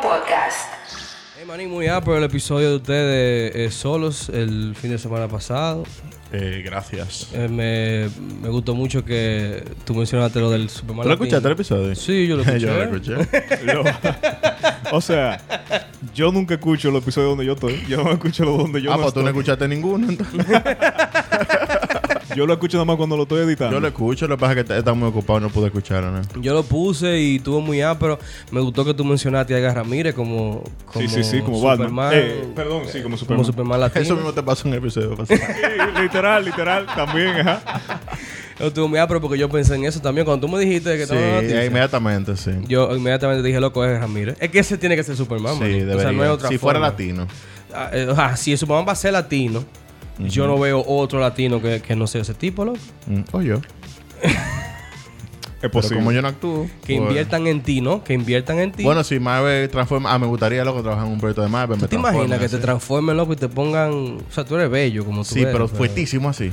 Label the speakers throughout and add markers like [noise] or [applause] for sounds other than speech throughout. Speaker 1: Podcast.
Speaker 2: Hey, Manín, muy A por el episodio de ustedes eh, solos el fin de semana pasado.
Speaker 3: Eh, gracias.
Speaker 2: Eh, me, me gustó mucho que tú mencionaste lo del Superman.
Speaker 3: ¿Tú lo
Speaker 2: Latin.
Speaker 3: escuchaste el episodio?
Speaker 2: Sí, yo lo escuché.
Speaker 3: [laughs] yo lo
Speaker 2: [laughs]
Speaker 3: escuché.
Speaker 4: Yo- [laughs] o sea, yo nunca escucho los episodios donde yo estoy. Yo no escucho los donde yo
Speaker 3: ah,
Speaker 4: no
Speaker 3: pues tú no
Speaker 4: estoy.
Speaker 3: escuchaste ninguno. entonces.
Speaker 4: Yo lo escucho nada más cuando lo estoy editando.
Speaker 3: Yo lo escucho, lo que pasa es que t- estaba muy ocupado y no pude escucharlo. ¿no?
Speaker 2: Yo lo puse y estuvo muy A, pero me gustó que tú mencionaste a Edgar Ramírez como, como
Speaker 4: sí, sí, sí, como
Speaker 2: Superman,
Speaker 4: Batman. Eh, perdón, sí, como Superman.
Speaker 2: Como Superman latino.
Speaker 3: Eso mismo te pasó en el episodio pasado.
Speaker 4: Sí, literal, literal, también, ajá.
Speaker 2: Yo estuve muy A, pero porque yo pensé en eso también. Cuando tú me dijiste [laughs] que
Speaker 3: sí,
Speaker 2: estaba en la noticia,
Speaker 3: eh, inmediatamente, sí.
Speaker 2: yo inmediatamente dije, loco, es Ramírez. Es que ese tiene que ser Superman,
Speaker 3: sí,
Speaker 2: Manín. O sea, no hay
Speaker 3: debería.
Speaker 2: otra
Speaker 3: si fuera
Speaker 2: forma.
Speaker 3: latino.
Speaker 2: Ah, eh, o sea, si Superman va a ser latino, yo no veo otro latino que, que no sea ese tipo, loco.
Speaker 3: Mm, O yo.
Speaker 4: Es
Speaker 3: Pero
Speaker 4: posible.
Speaker 3: como yo no actúo.
Speaker 2: Que
Speaker 3: pues-
Speaker 2: inviertan en ti, ¿no? Que inviertan en ti.
Speaker 3: Bueno, si Marvel transforma. Ah, me gustaría loco trabajar en un proyecto de Marvel. me
Speaker 2: ¿Tú te
Speaker 3: transforma,
Speaker 2: imaginas que te
Speaker 3: sí.
Speaker 2: transformen, loco, y te pongan... O sea, tú eres bello, como tú
Speaker 3: Sí,
Speaker 2: eres,
Speaker 3: pero fuertísimo así.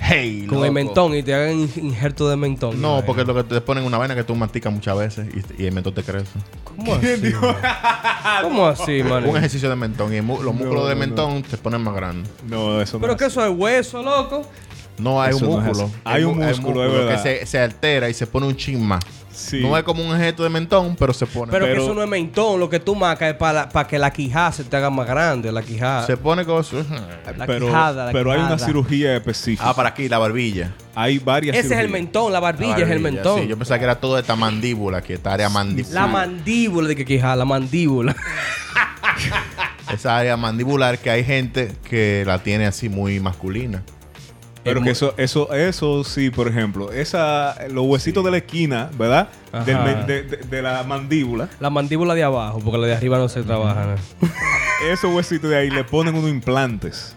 Speaker 3: Hey,
Speaker 2: Con el
Speaker 3: loco.
Speaker 2: mentón y te hagan in- injerto de mentón.
Speaker 3: No,
Speaker 2: Ay,
Speaker 3: porque lo que te ponen es una vaina que tú masticas muchas veces y, y el mentón te crece.
Speaker 2: ¿Cómo así? man? ¿Cómo así,
Speaker 3: [laughs] Un
Speaker 2: man?
Speaker 3: ejercicio de mentón y mu- los músculos de mentón te ponen más grandes.
Speaker 4: No, eso no.
Speaker 2: Pero
Speaker 4: es
Speaker 2: que
Speaker 4: así.
Speaker 2: eso es hueso, loco.
Speaker 3: No, hay
Speaker 4: Eso
Speaker 3: un
Speaker 4: no es
Speaker 3: músculo.
Speaker 4: así. Hay un
Speaker 3: mu-
Speaker 4: músculo, es verdad.
Speaker 3: que se, se altera y se pone un chin más.
Speaker 4: Sí.
Speaker 3: No es como un ejercicio de mentón, pero se pone.
Speaker 2: Pero, que
Speaker 4: Pero-
Speaker 2: eso no es mentón. Lo que tú marcas es para, para que la quijada se te haga más grande. La quijada.
Speaker 3: se pone como.
Speaker 2: la
Speaker 4: pero,
Speaker 2: quijada, la
Speaker 4: pero hay una
Speaker 2: quijada.
Speaker 4: cirugía específica.
Speaker 3: Ah, para aquí, la barbilla.
Speaker 4: Hay varias
Speaker 2: Ese es el
Speaker 4: cirugías.
Speaker 2: mentón. La barbilla, es el
Speaker 3: Barbilla,
Speaker 2: mentón.
Speaker 3: Sí, yo pensaba que era toda esta mandíbula, que esta área
Speaker 2: La
Speaker 3: mandibular.
Speaker 2: mandíbula de que quijada, la mandíbula.
Speaker 3: esa área mandibular que hay gente que la tiene así muy masculina.
Speaker 4: Pero
Speaker 2: Es
Speaker 4: que
Speaker 2: mu-
Speaker 4: eso, eso, eso sí, por ejemplo, esa, los huesitos de la esquina, ¿verdad?
Speaker 2: Ajá.
Speaker 4: Del men- de, de- de la mandíbula,
Speaker 2: La mandíbula de abajo, porque la de arriba no se trabaja. ¿no?
Speaker 4: esos huesitos de ahí le ponen unos implantes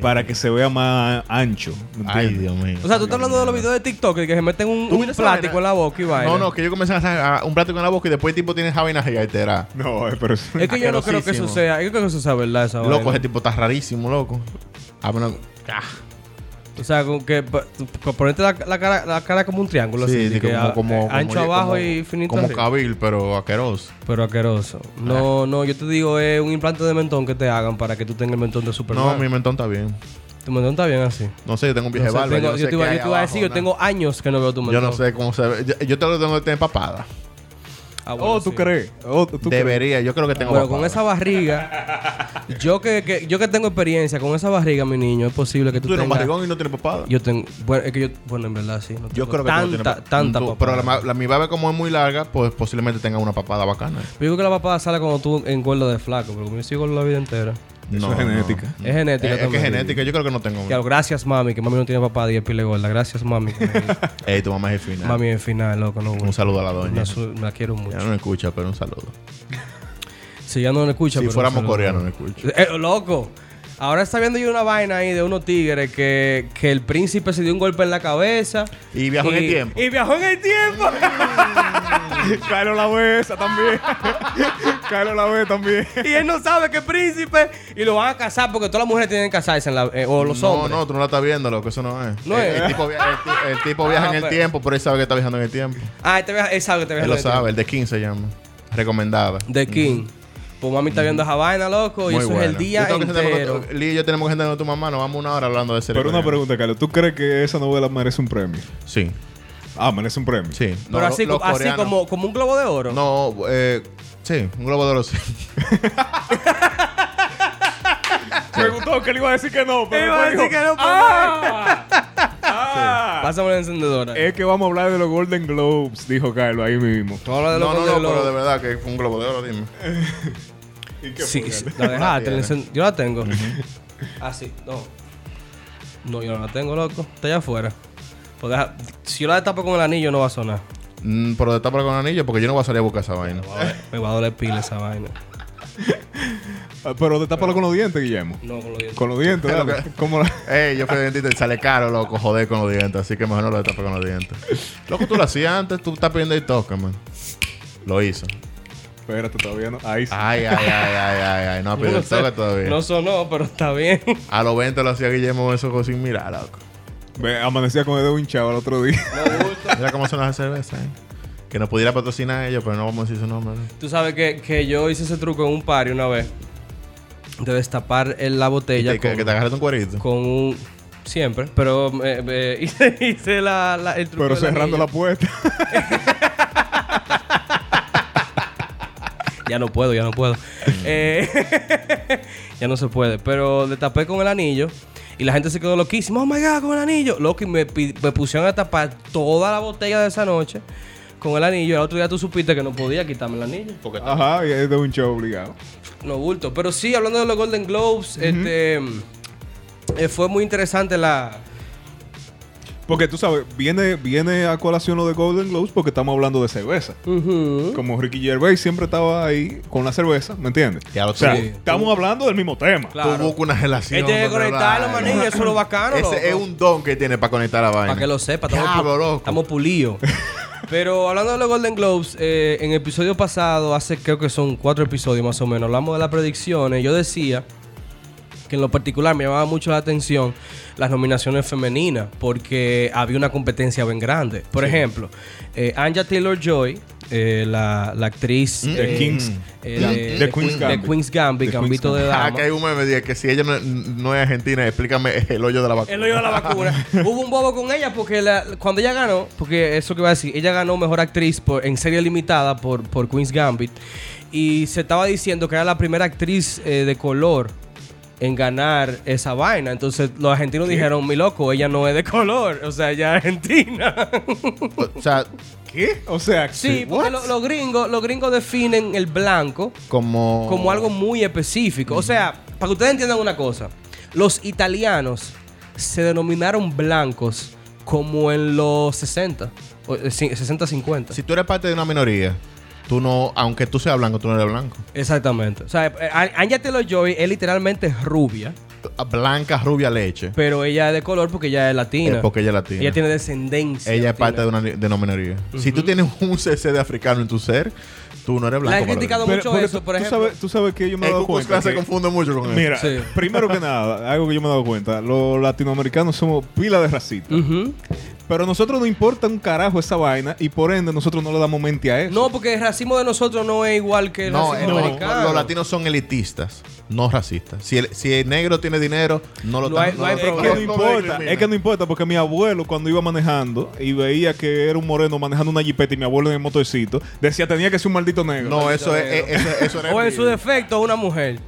Speaker 4: para que se vea más ancho. ¿me
Speaker 3: Ay,
Speaker 4: entiendes?
Speaker 3: Dios mío.
Speaker 2: O sea, tú estás hablando de los videos de TikTok de que se meten un,
Speaker 3: ¿Tú
Speaker 2: un
Speaker 3: miras esa
Speaker 2: plástico
Speaker 3: vaina?
Speaker 2: en la boca y vaina.
Speaker 3: No, no, que yo comencé a hacer ah, un plástico en la boca y después el tipo tiene esa vaina ahí alterada.
Speaker 4: No, eh, pero
Speaker 2: Es que yo no creo que eso
Speaker 3: Asquerosísimo.
Speaker 2: sea. Yo creo que eso sea verdad esa
Speaker 3: Loco, ese
Speaker 2: vaina.
Speaker 3: tipo está rarísimo, loco. Ah, bueno, ah,
Speaker 2: O sea, con que pa- tú- con ponerte la, la cara, la cara como un triángulo
Speaker 3: sí,
Speaker 2: así.
Speaker 3: sí,
Speaker 2: de que
Speaker 3: como,
Speaker 2: a- eh,
Speaker 3: como,
Speaker 2: ancho
Speaker 3: como-
Speaker 2: abajo
Speaker 3: como-
Speaker 2: y finito
Speaker 3: Como Ah.
Speaker 2: arriba.
Speaker 3: cabil, pero asqueroso.
Speaker 2: Pero asqueroso. No, no, yo te digo, es un implante de mentón que te hagan para que tú tengas el mentón de
Speaker 3: No,
Speaker 2: Superman.
Speaker 3: mi mentón está bien.
Speaker 2: Tu mentón está bien así.
Speaker 3: No sé, yo tengo un
Speaker 2: O
Speaker 3: viaje
Speaker 2: sea,
Speaker 3: barba.
Speaker 2: tengo-
Speaker 3: no
Speaker 2: yo
Speaker 3: sé
Speaker 2: te iba
Speaker 3: qué hay
Speaker 2: yo te iba a
Speaker 3: abajo,
Speaker 2: decir, yo
Speaker 3: nada.
Speaker 2: tengo años que no veo tu mentón.
Speaker 3: Yo no sé cómo se ve. Yo, yo te lo tengo que tener papada.
Speaker 2: Ah, bueno,
Speaker 4: Oh, ¿tú
Speaker 2: sí.
Speaker 4: crees? Oh, ¿tú crees?
Speaker 3: Debería, yo creo que tengo
Speaker 2: Ah, Pero
Speaker 3: papada.
Speaker 2: con esa barriga, yo que, que- yo que tengo experiencia con esa barriga, mi niño, es posible que tú,
Speaker 3: Tú eres un
Speaker 2: tengas-
Speaker 3: barrigón y no tienes papada.
Speaker 2: Yo tengo, bueno, es que yo, bueno, en verdad sí. no
Speaker 3: Yo
Speaker 2: tengo
Speaker 3: creo que tú no
Speaker 2: tanta,
Speaker 3: tienes pa-
Speaker 2: tanta
Speaker 3: tú-
Speaker 2: papada.
Speaker 3: Pero la, ma- la- mi baba como es muy larga, pues posiblemente tenga una papada bacana.
Speaker 2: Yo creo que la papada sale cuando tú engordas de flaco, pero como yo estoy gordo la vida entera.
Speaker 4: Eso
Speaker 3: No,
Speaker 4: es genética.
Speaker 2: Es genética
Speaker 3: Es, es que
Speaker 2: también.
Speaker 3: es genética, yo creo que no tengo.
Speaker 2: Claro, gracias mami, que mami no tiene papada y es pile gorda. Gracias mami. que
Speaker 3: [laughs]
Speaker 2: me-
Speaker 3: Ey, tu mamá es el final.
Speaker 2: mami en final, loco, no.
Speaker 3: Un saludo a la doña.
Speaker 2: Una su- la quiero
Speaker 3: Ya
Speaker 2: mucho.
Speaker 3: no me escucha, pero un saludo.
Speaker 2: Si ya no lo escucha,
Speaker 3: Si
Speaker 2: pero
Speaker 3: fuéramos
Speaker 2: un saludo.
Speaker 3: coreanos, no escucho.
Speaker 2: Eh, loco. Ahora está viendo yo una vaina ahí de unos tigres que, que el príncipe se dio un golpe en la cabeza.
Speaker 3: Y viajó en el tiempo.
Speaker 2: Y viajó en el tiempo. [laughs]
Speaker 4: [laughs] Carlos la ve esa también. Carlos la ve también.
Speaker 2: y él no sabe que es príncipe. Y lo van a casar porque todas las mujeres tienen que casarse. en la- eh, o los
Speaker 3: no,
Speaker 2: hombres.
Speaker 3: no, tú no la estás viendo, loco, eso no es.
Speaker 2: No
Speaker 3: el,
Speaker 2: es.
Speaker 3: el tipo, via- el ti- el tipo viaja
Speaker 2: Ah,
Speaker 3: en el
Speaker 2: pero-
Speaker 3: tiempo, pero él sabe que está viajando en el tiempo.
Speaker 2: Ah, este viaja- él sabe que te viaja
Speaker 3: Él lo
Speaker 2: en el tiempo.
Speaker 3: sabe, el de 15 se llama. Recomendada.
Speaker 2: The King. Pues mami está viendo esa vaina, loco. Y eso es el día
Speaker 3: yo tengo que sentarme
Speaker 2: entero.
Speaker 3: con tu- Lee y yo tenemos que sentarnos con tu mamá, nos vamos una hora hablando de ese
Speaker 4: Pero una pregunta, Carlos. ¿Tú crees que esa novela merece un premio?
Speaker 3: Sí,
Speaker 4: Ah, merece un premio.
Speaker 3: sí.
Speaker 2: Pero
Speaker 3: No,
Speaker 2: así,
Speaker 3: los
Speaker 2: co- así
Speaker 3: coreanos-
Speaker 2: como, como un globo de oro. [laughs]
Speaker 3: No, eh, sí, un globo de oro sí.
Speaker 4: Me gustó que le iba a decir que no.
Speaker 2: Él
Speaker 4: Pero
Speaker 2: va a
Speaker 4: después
Speaker 2: decir
Speaker 4: dijo,
Speaker 2: que no, pero-
Speaker 4: ¡Ah! ¡Ah!
Speaker 2: Pásame la encendedora.
Speaker 3: Eh,
Speaker 4: Es que vamos a hablar de los Golden Globes, dijo Carlos ahí mismo.
Speaker 2: Tú hablas
Speaker 3: No,
Speaker 2: de los
Speaker 3: no, no,
Speaker 2: Golden
Speaker 3: pero
Speaker 2: Globes.
Speaker 3: de verdad que fue un globo de oro, dime.
Speaker 2: Sí, sí, la dejaste. la encend- Yo la tengo. Ah, sí, no. No, yo no la tengo, loco. Está allá afuera. Pues deja- si yo la destapo con el anillo, no va a sonar.
Speaker 3: Mm, pero está para con anillo porque yo no voy a salir a buscar esa vaina.
Speaker 2: Me va a doler pila esa vaina.
Speaker 4: Ah, Pero destápalo con los dientes, Guillermo.
Speaker 2: No, con los dientes.
Speaker 4: Con los dientes,
Speaker 3: Es lo
Speaker 4: dale.
Speaker 3: que-
Speaker 4: Como la-
Speaker 3: Ey, yo fui al dentista y sale caro, loco, joder con los dientes. Así que mejor no lo tapé con los dientes. Loco, tú lo hacías antes, tú estás pidiendo y toca, man. Lo hizo.
Speaker 4: Espérate, todavía no. Ahí sí.
Speaker 3: Ay, ay, ay, ay, ay, ay. No ha pedido
Speaker 2: No
Speaker 3: el
Speaker 2: sé,
Speaker 3: toque todavía.
Speaker 2: No sonó, pero está bien.
Speaker 3: A los 20 lo hacía Guillermo eso con- sin mirar, loco.
Speaker 4: Ve, amanecía con el dedo hinchado el otro día.
Speaker 3: Mira cómo son las cervezas, eh. que nos pudiera patrocinar a ellos, pero no vamos a decir su nombre. ¿no?
Speaker 2: Tú sabes que, que yo hice ese truco en un party una vez. De destapar en la
Speaker 3: Y
Speaker 2: botella
Speaker 3: te- que,
Speaker 2: con,
Speaker 3: que te agarraste un cuerito.
Speaker 2: con un... Siempre. Pero eh, eh, [laughs] hice, hice la, la- el truco
Speaker 4: Pero
Speaker 2: de la
Speaker 4: cerrando la
Speaker 2: niña.
Speaker 4: puerta.
Speaker 2: Ya no puedo, ya no
Speaker 3: [laughs]
Speaker 2: puedo. Eh, [laughs] ya no se puede. Pero le tapé con el anillo. Y la gente se quedó loquísima. Oh my god, con el anillo. Loco, y me, pi- me pusieron a tapar toda la botella de esa noche con el anillo. Y el otro día tú supiste que no podía quitarme el anillo.
Speaker 3: Porque
Speaker 4: Ajá, y es de un show obligado.
Speaker 2: No bulto. Pero sí, hablando de los Golden Globes, este. eh, fue muy interesante la.
Speaker 4: Porque tú sabes, viene, viene a colación lo de Golden Globes porque estamos hablando de cerveza.
Speaker 2: Ujú.
Speaker 4: Como Ricky Gervais siempre estaba ahí con la cerveza, ¿me entiendes?
Speaker 3: Ya lo
Speaker 4: o sea,
Speaker 3: sé.
Speaker 4: estamos
Speaker 2: Uh.
Speaker 4: hablando del mismo tema.
Speaker 2: Claro.
Speaker 3: tú buscas una relación.
Speaker 2: Él tiene que
Speaker 3: ¿verdad?
Speaker 2: conectarlo, manín. Eso es lo bacano. loco.
Speaker 3: Ese es un don que tiene para conectar la vaina. Ah,
Speaker 2: Para que lo sepa, estamos, pu-
Speaker 3: Diablo, loco.
Speaker 2: estamos pulidos. Pero hablando de los Golden Globes, eh, en episodio pasado, hace creo que son cuatro episodios más o menos, hablamos de las predicciones. Yo decía que en lo particular me llamaba mucho la atención las nominaciones femeninas, porque había una competencia bien grande. Por ejemplo, eh, Anja Taylor Joy, la, la actriz
Speaker 4: The
Speaker 2: eh,
Speaker 4: King's-
Speaker 2: eh,
Speaker 4: The-
Speaker 2: de,
Speaker 4: The
Speaker 2: de
Speaker 4: Queen's
Speaker 2: Queen-
Speaker 4: Gambit.
Speaker 2: de Queen's Gambit,
Speaker 4: The Queen's
Speaker 2: Gambito de
Speaker 3: Ah,
Speaker 2: Dama.
Speaker 3: que hay un meme de que si ella no, no es argentina, explícame el hoyo de la vacuna.
Speaker 2: El hoyo de la vacuna. Hubo un bobo con ella porque la- cuando ella ganó, porque eso que iba a decir, ella ganó mejor actriz por, en serie limitada por, por Queen's Gambit. Y se estaba diciendo que era la primera actriz eh, de color en ganar esa vaina. Entonces los argentinos dijeron, mi loco, ella no es de color. O sea, ella es argentina.
Speaker 3: [laughs] O sea,
Speaker 4: ¿Qué? O sea,
Speaker 2: sí, porque lo- los gringos, los gringos definen el blanco
Speaker 3: como.
Speaker 2: como algo muy específico. O sea, para que ustedes entiendan una cosa, los italianos se denominaron blancos como en los 60, o, eh, sí, 60, 50.
Speaker 3: Si tú eres parte de una minoría, tú no. Aunque tú seas blanco, tú no eres blanco.
Speaker 2: Exactamente. O sea, eh, An- Anya Taylor-Joy es literalmente rubia,
Speaker 3: Blanca, rubia, leche.
Speaker 2: pero ella es de color porque ella es latina.
Speaker 3: Es porque ella es latina.
Speaker 2: Ella tiene descendencia.
Speaker 3: Ella es
Speaker 2: latina.
Speaker 3: parte de una, de una minoría. Si tú tienes un [laughs] CC de africano en tu ser, tú no eres blanco.
Speaker 2: La han
Speaker 3: para
Speaker 2: criticado
Speaker 3: ver.
Speaker 2: mucho
Speaker 4: porque
Speaker 2: eso,
Speaker 4: tú,
Speaker 2: por
Speaker 4: tú
Speaker 2: ejemplo.
Speaker 4: sabes, tú sabes que yo me he
Speaker 3: El
Speaker 4: dado
Speaker 3: Ku Klux
Speaker 4: cuenta.
Speaker 3: Klan Eh, se
Speaker 4: que-
Speaker 3: confunde mucho con
Speaker 4: Mira,
Speaker 2: Sí.
Speaker 4: primero que nada, algo que yo me he dado cuenta, los latinoamericanos somos pila de racistas.
Speaker 2: Ujú.
Speaker 4: Pero a nosotros no importa un carajo esa vaina y por ende nosotros no le damos mente a eso.
Speaker 2: No, porque el racismo de nosotros no es igual que el
Speaker 3: No, eh,
Speaker 2: racismo
Speaker 3: no,
Speaker 2: americano.
Speaker 3: los latinos son elitistas, no racistas. Si el, si el negro tiene dinero, no lo
Speaker 2: No hay-
Speaker 3: tan-
Speaker 2: no hay
Speaker 3: lo-
Speaker 4: Es que
Speaker 2: problema.
Speaker 4: no
Speaker 3: lo
Speaker 4: importa,
Speaker 3: discrimina.
Speaker 4: es que no importa, porque mi abuelo cuando iba manejando y veía que era un moreno manejando una jipeta y mi abuelo en el motorcito, decía tenía que ser un maldito negro.
Speaker 3: No, eso es, es- eso, eso era
Speaker 2: o en su
Speaker 3: horrible.
Speaker 2: defecto, una mujer.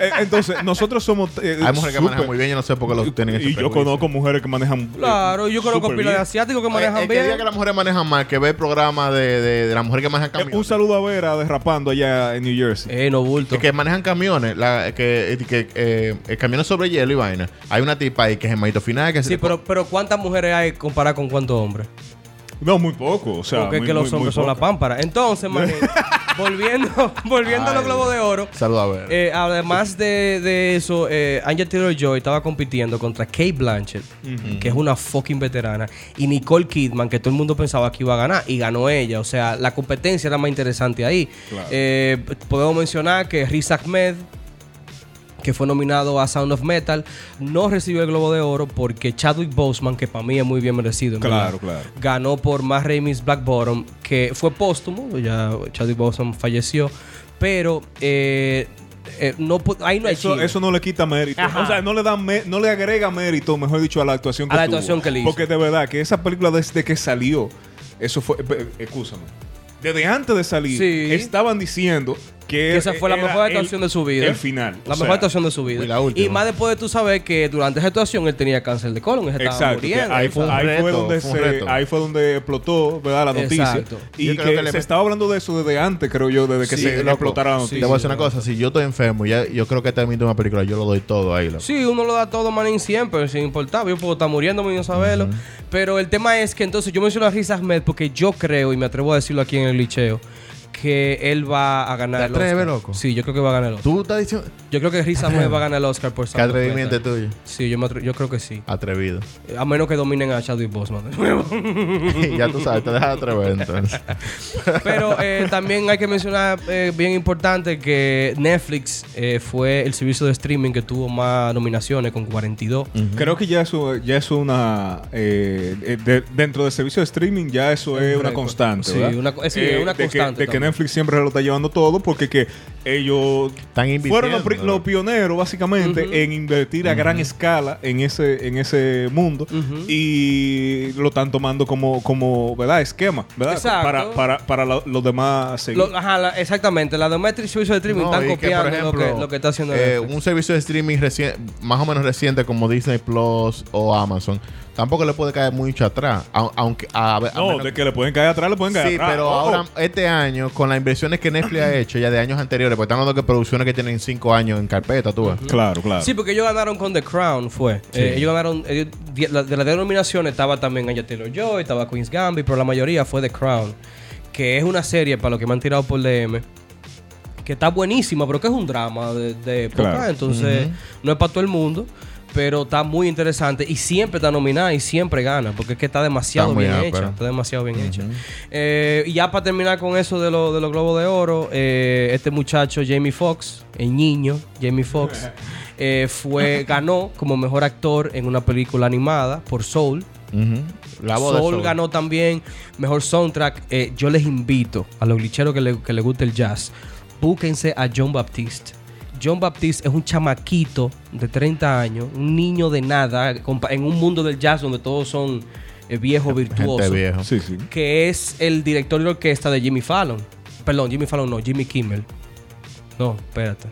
Speaker 4: Eh, Entonces, nosotros somos... eh,
Speaker 3: Hay mujeres que manejan
Speaker 4: súper-
Speaker 3: muy bien, yo no sé por qué lo tienen ese
Speaker 4: Y yo
Speaker 3: prejuicio.
Speaker 4: conozco mujeres que manejan... eh,
Speaker 2: Claro, yo conozco
Speaker 4: súper
Speaker 2: pila de
Speaker 4: bien.
Speaker 2: asiáticos que
Speaker 3: Oye,
Speaker 2: manejan
Speaker 3: el Eh, que diga
Speaker 2: bien.
Speaker 3: que las mujeres manejan mal, que ve el programa de, de, de las mujeres que manejan
Speaker 4: Eh, Un
Speaker 3: camiones.
Speaker 4: saludo a Vera derrapando allá en New Jersey.
Speaker 2: Eh, no bulto.
Speaker 3: Que, que manejan camiones, la, que, que eh, eh, camiones sobre hielo y vaina. Hay una tipa ahí que es en Maito Final, que se-
Speaker 2: Sí, pero, pero ¿cuántas mujeres hay comparada con cuántos hombres?
Speaker 4: No, muy poco, o sea...
Speaker 2: Porque es
Speaker 4: muy-
Speaker 2: que los
Speaker 4: muy- muy
Speaker 2: hombres son la
Speaker 4: poco.
Speaker 2: pámpara.
Speaker 4: [laughs]
Speaker 2: Entonces, manín, volviendo, [laughs] volviendo a los
Speaker 3: Ay.
Speaker 2: globos de oro.
Speaker 3: Saluda a ver.
Speaker 2: eh, además de, de eso, eh, Anja Taylor-Joy estaba compitiendo contra Kate Blanchett, que es una fucking veterana, y Nicole Kidman, que todo el mundo pensaba que iba a ganar, y ganó ella. O sea, la competencia era más interesante ahí.
Speaker 4: Claro.
Speaker 2: Eh, podemos mencionar que Riz Ahmed, que fue nominado a Sound of Metal, no recibió el Globo de Oro porque Chadwick Boseman, que para mí es muy bien merecido, en
Speaker 4: Claro,
Speaker 2: verdad,
Speaker 4: claro.
Speaker 2: ganó por Más Raimi's Black Bottom, que fue póstumo, ya Chadwick Boseman falleció, pero eh, eh, no, pu- ahí no hay
Speaker 4: Eso,
Speaker 2: chisme.
Speaker 4: eso no le quita mérito.
Speaker 2: Ajá.
Speaker 4: O sea, no le, da mé- no le agrega mérito, mejor dicho, a la actuación que
Speaker 2: A la
Speaker 4: tuvo.
Speaker 2: actuación que le hizo.
Speaker 4: Porque de verdad que esa película desde que salió, eso fue. eh, Excúsame. Desde antes de salir,
Speaker 2: Sí.
Speaker 4: estaban diciendo que.
Speaker 2: Que esa fue la
Speaker 4: era
Speaker 2: mejor
Speaker 4: el-
Speaker 2: actuación de su vida.
Speaker 4: El final.
Speaker 2: La
Speaker 4: O
Speaker 2: mejor
Speaker 4: sea,
Speaker 2: actuación de su vida.
Speaker 3: y la última.
Speaker 2: más después de tú saber que durante esa actuación él tenía cáncer de colon, él se estaba
Speaker 4: Exacto. que
Speaker 2: muriendo.
Speaker 4: ahí,
Speaker 2: o
Speaker 4: fue,
Speaker 2: sea.
Speaker 4: ahí
Speaker 3: reto,
Speaker 4: fue donde
Speaker 3: fue un
Speaker 4: se,
Speaker 3: reto.
Speaker 4: ahí fue donde explotó ¿verdad? la noticia.
Speaker 2: Exacto.
Speaker 3: Yo
Speaker 4: Y
Speaker 3: creo
Speaker 4: que,
Speaker 3: que le
Speaker 4: se
Speaker 3: met-
Speaker 4: estaba hablando de eso desde antes, creo yo, desde que
Speaker 3: Sí,
Speaker 4: se
Speaker 3: loco.
Speaker 4: explotara la
Speaker 2: Sí,
Speaker 4: noticia.
Speaker 3: Te voy a
Speaker 2: sí,
Speaker 3: decir una cosa, si yo estoy enfermo, ya, yo creo que termino una película, yo lo doy todo ahí. loco.
Speaker 2: Sí, uno lo da todo, manín, siempre, sin importar. Yo puedo estar muriéndome y no saberlo. Pero el tema es que entonces yo menciono a Riz Ahmed porque yo creo, y me atrevo a decirlo aquí en el licheo, que él va a ganar
Speaker 3: ¿Te
Speaker 2: el Oscar.
Speaker 3: atreves, loco?
Speaker 2: Sí, yo creo que va a ganar el Oscar.
Speaker 3: Tú estás diciendo.
Speaker 2: Yo creo que Risa Mujer va a ganar el Oscar por
Speaker 3: Qué
Speaker 2: Sound of
Speaker 3: atrevimiento
Speaker 2: Metal.
Speaker 3: tuyo.
Speaker 2: Sí, yo, me atre- yo creo que sí.
Speaker 3: Atrevido. [laughs]
Speaker 2: A menos que dominen a Chadwick Boseman. [laughs] de nuevo.
Speaker 3: ya tú sabes, te dejas atrever
Speaker 4: [laughs]
Speaker 3: entonces.
Speaker 2: Pero eh, también hay que mencionar, eh, bien importante, que Netflix eh, fue el servicio de streaming que tuvo más nominaciones, con 42.
Speaker 4: Creo que ya eso ya es una eh, eh, de- dentro del servicio de streaming ya eso
Speaker 2: Un
Speaker 4: es una
Speaker 2: récord.
Speaker 4: constante,
Speaker 2: Sí,
Speaker 4: ¿verdad?
Speaker 2: una co- eh, sí, es una
Speaker 4: de que-
Speaker 2: constante
Speaker 4: de que,
Speaker 2: también.
Speaker 4: Netflix siempre lo está llevando todo porque que ellos
Speaker 3: Están
Speaker 4: fueron los,
Speaker 3: invirtiendo.
Speaker 4: pri- los pioneros básicamente en invertir a gran escala en ese en ese mundo y lo están tomando como como verdad esquema, ¿verdad?
Speaker 2: Exacto.
Speaker 4: Para para para lo- los demás seguir.
Speaker 2: Lo- ajá, la- exactamente. La de Matrix Suizo de streaming
Speaker 3: No,
Speaker 2: están
Speaker 3: y que,
Speaker 2: copiando
Speaker 3: por
Speaker 2: lo,
Speaker 3: ejemplo,
Speaker 2: que, lo que está haciendo
Speaker 3: eh,
Speaker 2: Netflix.
Speaker 3: un servicio de streaming recien- más o menos reciente como Disney Plus o Amazon tampoco le puede caer mucho atrás au- aunque a,
Speaker 2: ah,
Speaker 3: ver, a
Speaker 4: no,
Speaker 3: menos-
Speaker 4: de que le pueden caer atrás, le pueden caer
Speaker 3: sí
Speaker 4: atrás.
Speaker 3: pero
Speaker 4: Oh,
Speaker 3: ahora este año con las inversiones que Netflix ha hecho ya de años anteriores porque están hablando que producciones que tienen cinco años en carpeta tú ves.
Speaker 4: Claro, claro.
Speaker 2: Sí, porque ellos ganaron con The Crown, fue. Eh, ellos ganaron. ellos- die- la- de las denominaciones estaba también Anya Taylor Joy, estaba Queen's Gambit, pero la mayoría fue The Crown. Que es una serie, para lo que me han tirado por DM, que está buenísima, pero que es un drama de, de época.
Speaker 4: Claro.
Speaker 2: Entonces, no es para todo el mundo. Pero está muy interesante y siempre está nominada y siempre gana, porque es que está demasiado
Speaker 3: Está muy
Speaker 2: bien
Speaker 3: ápera.
Speaker 2: hecha. Está demasiado bien hecha. Eh, y ya para terminar con eso de, lo- de los Globos de Oro, eh, este muchacho Jamie Foxx, el niño Jamie Foxx, eh, fue, ganó como mejor actor en una película animada por Soul.
Speaker 3: Ujú. la voz de
Speaker 2: Soul,
Speaker 3: Soul.
Speaker 2: ganó también mejor soundtrack. Eh, yo les invito a los glitcheros que le, que le guste el jazz, búsquense a John Baptiste. John Baptiste es un chamaquito de 30 años, un niño de nada, compa- en un mundo del jazz donde todos son eh, viejos
Speaker 3: gente
Speaker 2: virtuosos
Speaker 3: vieja
Speaker 4: sí, sí.
Speaker 2: que es el director de la orquesta de Jimmy Fallon. Perdón, Jimmy Fallon no, Jimmy Kimmel. No, espérate.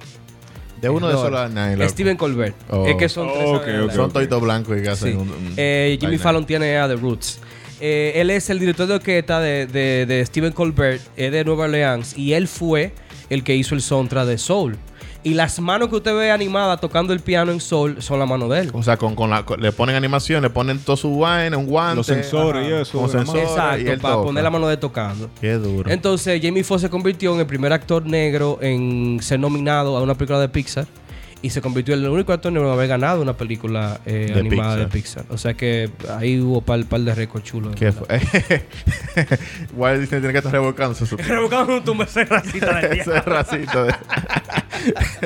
Speaker 3: de uno de
Speaker 2: No,
Speaker 3: esos la- nah, loco.
Speaker 2: Steven Colbert.
Speaker 3: Oh.
Speaker 2: Es que son tres.
Speaker 4: Ok,
Speaker 2: ¿verdad?
Speaker 4: ok.
Speaker 3: son toitos blancos y que
Speaker 2: Sí.
Speaker 3: hacen un- un-
Speaker 2: Eh, Jimmy
Speaker 3: vaina.
Speaker 2: Fallon tiene a The Roots. Eh, él es el director de orquesta de, de- de Steven Colbert, es de Nueva Orleans, y él fue el que hizo el soundtrack de Soul. Y las manos que usted ve animadas tocando el piano en Soul son las manos de él.
Speaker 3: o sea con, con la- con- le ponen animación le ponen todo su vaina un guante
Speaker 4: Los sensores y eso,
Speaker 3: con
Speaker 4: además.
Speaker 3: sensores y él
Speaker 2: Exacto, para
Speaker 3: toca.
Speaker 2: poner la mano de él tocando.
Speaker 3: qué duro
Speaker 2: Entonces, Jamie Foxx se convirtió en el primer actor negro en ser nominado a una película de Pixar. Y se convirtió en el único actor negro en haber ganado una película eh,
Speaker 3: De
Speaker 2: animada de Pixar.
Speaker 3: Pixar.
Speaker 2: O sea que ahí hubo par, par de récords chulos.
Speaker 3: ¿Qué fue? [laughs] Walt Disney tiene que
Speaker 2: [laughs]
Speaker 3: estar revolcándose. Su...
Speaker 2: Revocando un tumbe ese racista de
Speaker 3: [laughs] Ese racito. De...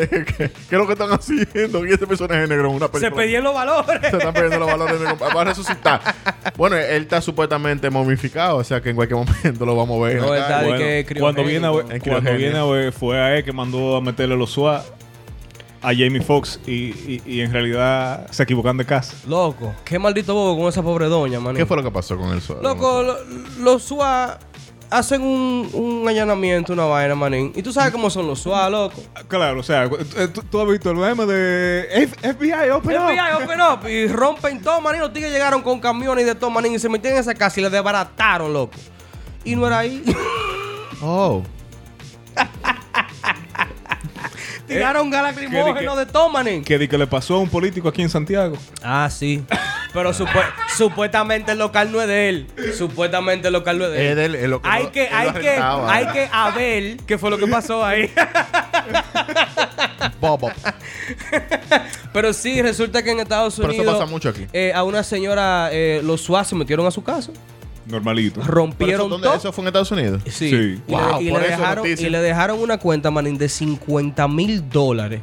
Speaker 3: [laughs] ¿Qué es lo que están haciendo? Y ese personaje negro en una película.
Speaker 2: los valores.
Speaker 3: Se están perdiendo los valores. de mi compa- Va a resucitar. Bueno, él está supuestamente momificado. O sea que en cualquier momento lo vamos a ver. en
Speaker 2: No,
Speaker 3: la
Speaker 2: él está
Speaker 3: calle.
Speaker 2: de
Speaker 4: Bueno,
Speaker 2: que
Speaker 4: cuando
Speaker 2: criogénico.
Speaker 4: viene a ver,
Speaker 3: Es
Speaker 4: cuando
Speaker 3: criogénico.
Speaker 4: viene a ver, fue a él que mandó a meterle los SWAT a Jamie Foxx y, y- y en realidad se equivocan de casa.
Speaker 2: Loco, qué maldito bobo con esa pobre doña, man.
Speaker 3: ¿Qué fue lo que pasó con él?
Speaker 2: Loco, lo- los SWAT hacen un, un allanamiento, una vaina, manín. Y tú sabes cómo son los SWAT, loco.
Speaker 4: Claro, o sea, cu- eh, tú, tú has visto el meme de "F- FBI, open up".
Speaker 2: FBI, open up. Y rompen todo, manín. Los tigres llegaron con camiones y de todo, manín. Y se metieron en esa casa y le desbarataron, loco. Y no era ahí.
Speaker 3: Oh.
Speaker 2: [laughs] Tiraron gas
Speaker 4: que-
Speaker 2: lacrimógeno de todo, manín.
Speaker 4: Que di que le pasó a un político aquí en Santiago.
Speaker 2: Ah, sí. Pero supue- supuestamente el local no es de él. Supuestamente el local no es de él.
Speaker 3: Es de él, es lo que
Speaker 2: hay
Speaker 3: lo-
Speaker 2: que,
Speaker 3: él lo
Speaker 2: hay que,
Speaker 3: arrendaba.
Speaker 2: hay que a ver qué fue lo que pasó ahí.
Speaker 3: Bobo.
Speaker 2: [laughs] Pero sí, resulta que en Estados
Speaker 3: Pero
Speaker 2: Unidos.
Speaker 3: eso pasa mucho aquí.
Speaker 2: eh, a una señora, eh, los SWAT se metieron a su casa,
Speaker 4: Normalito.
Speaker 3: Pero
Speaker 2: rompieron
Speaker 3: eso, ¿dónde?
Speaker 2: todo.
Speaker 3: ¿Eso fue en Estados Unidos?
Speaker 2: Sí.
Speaker 4: Sí.
Speaker 2: Y,
Speaker 3: Wow,
Speaker 2: le, y
Speaker 3: por
Speaker 2: le
Speaker 3: eso
Speaker 2: dejaron,
Speaker 3: noticia.
Speaker 2: y le dejaron una cuenta, manín, de 50 mil dólares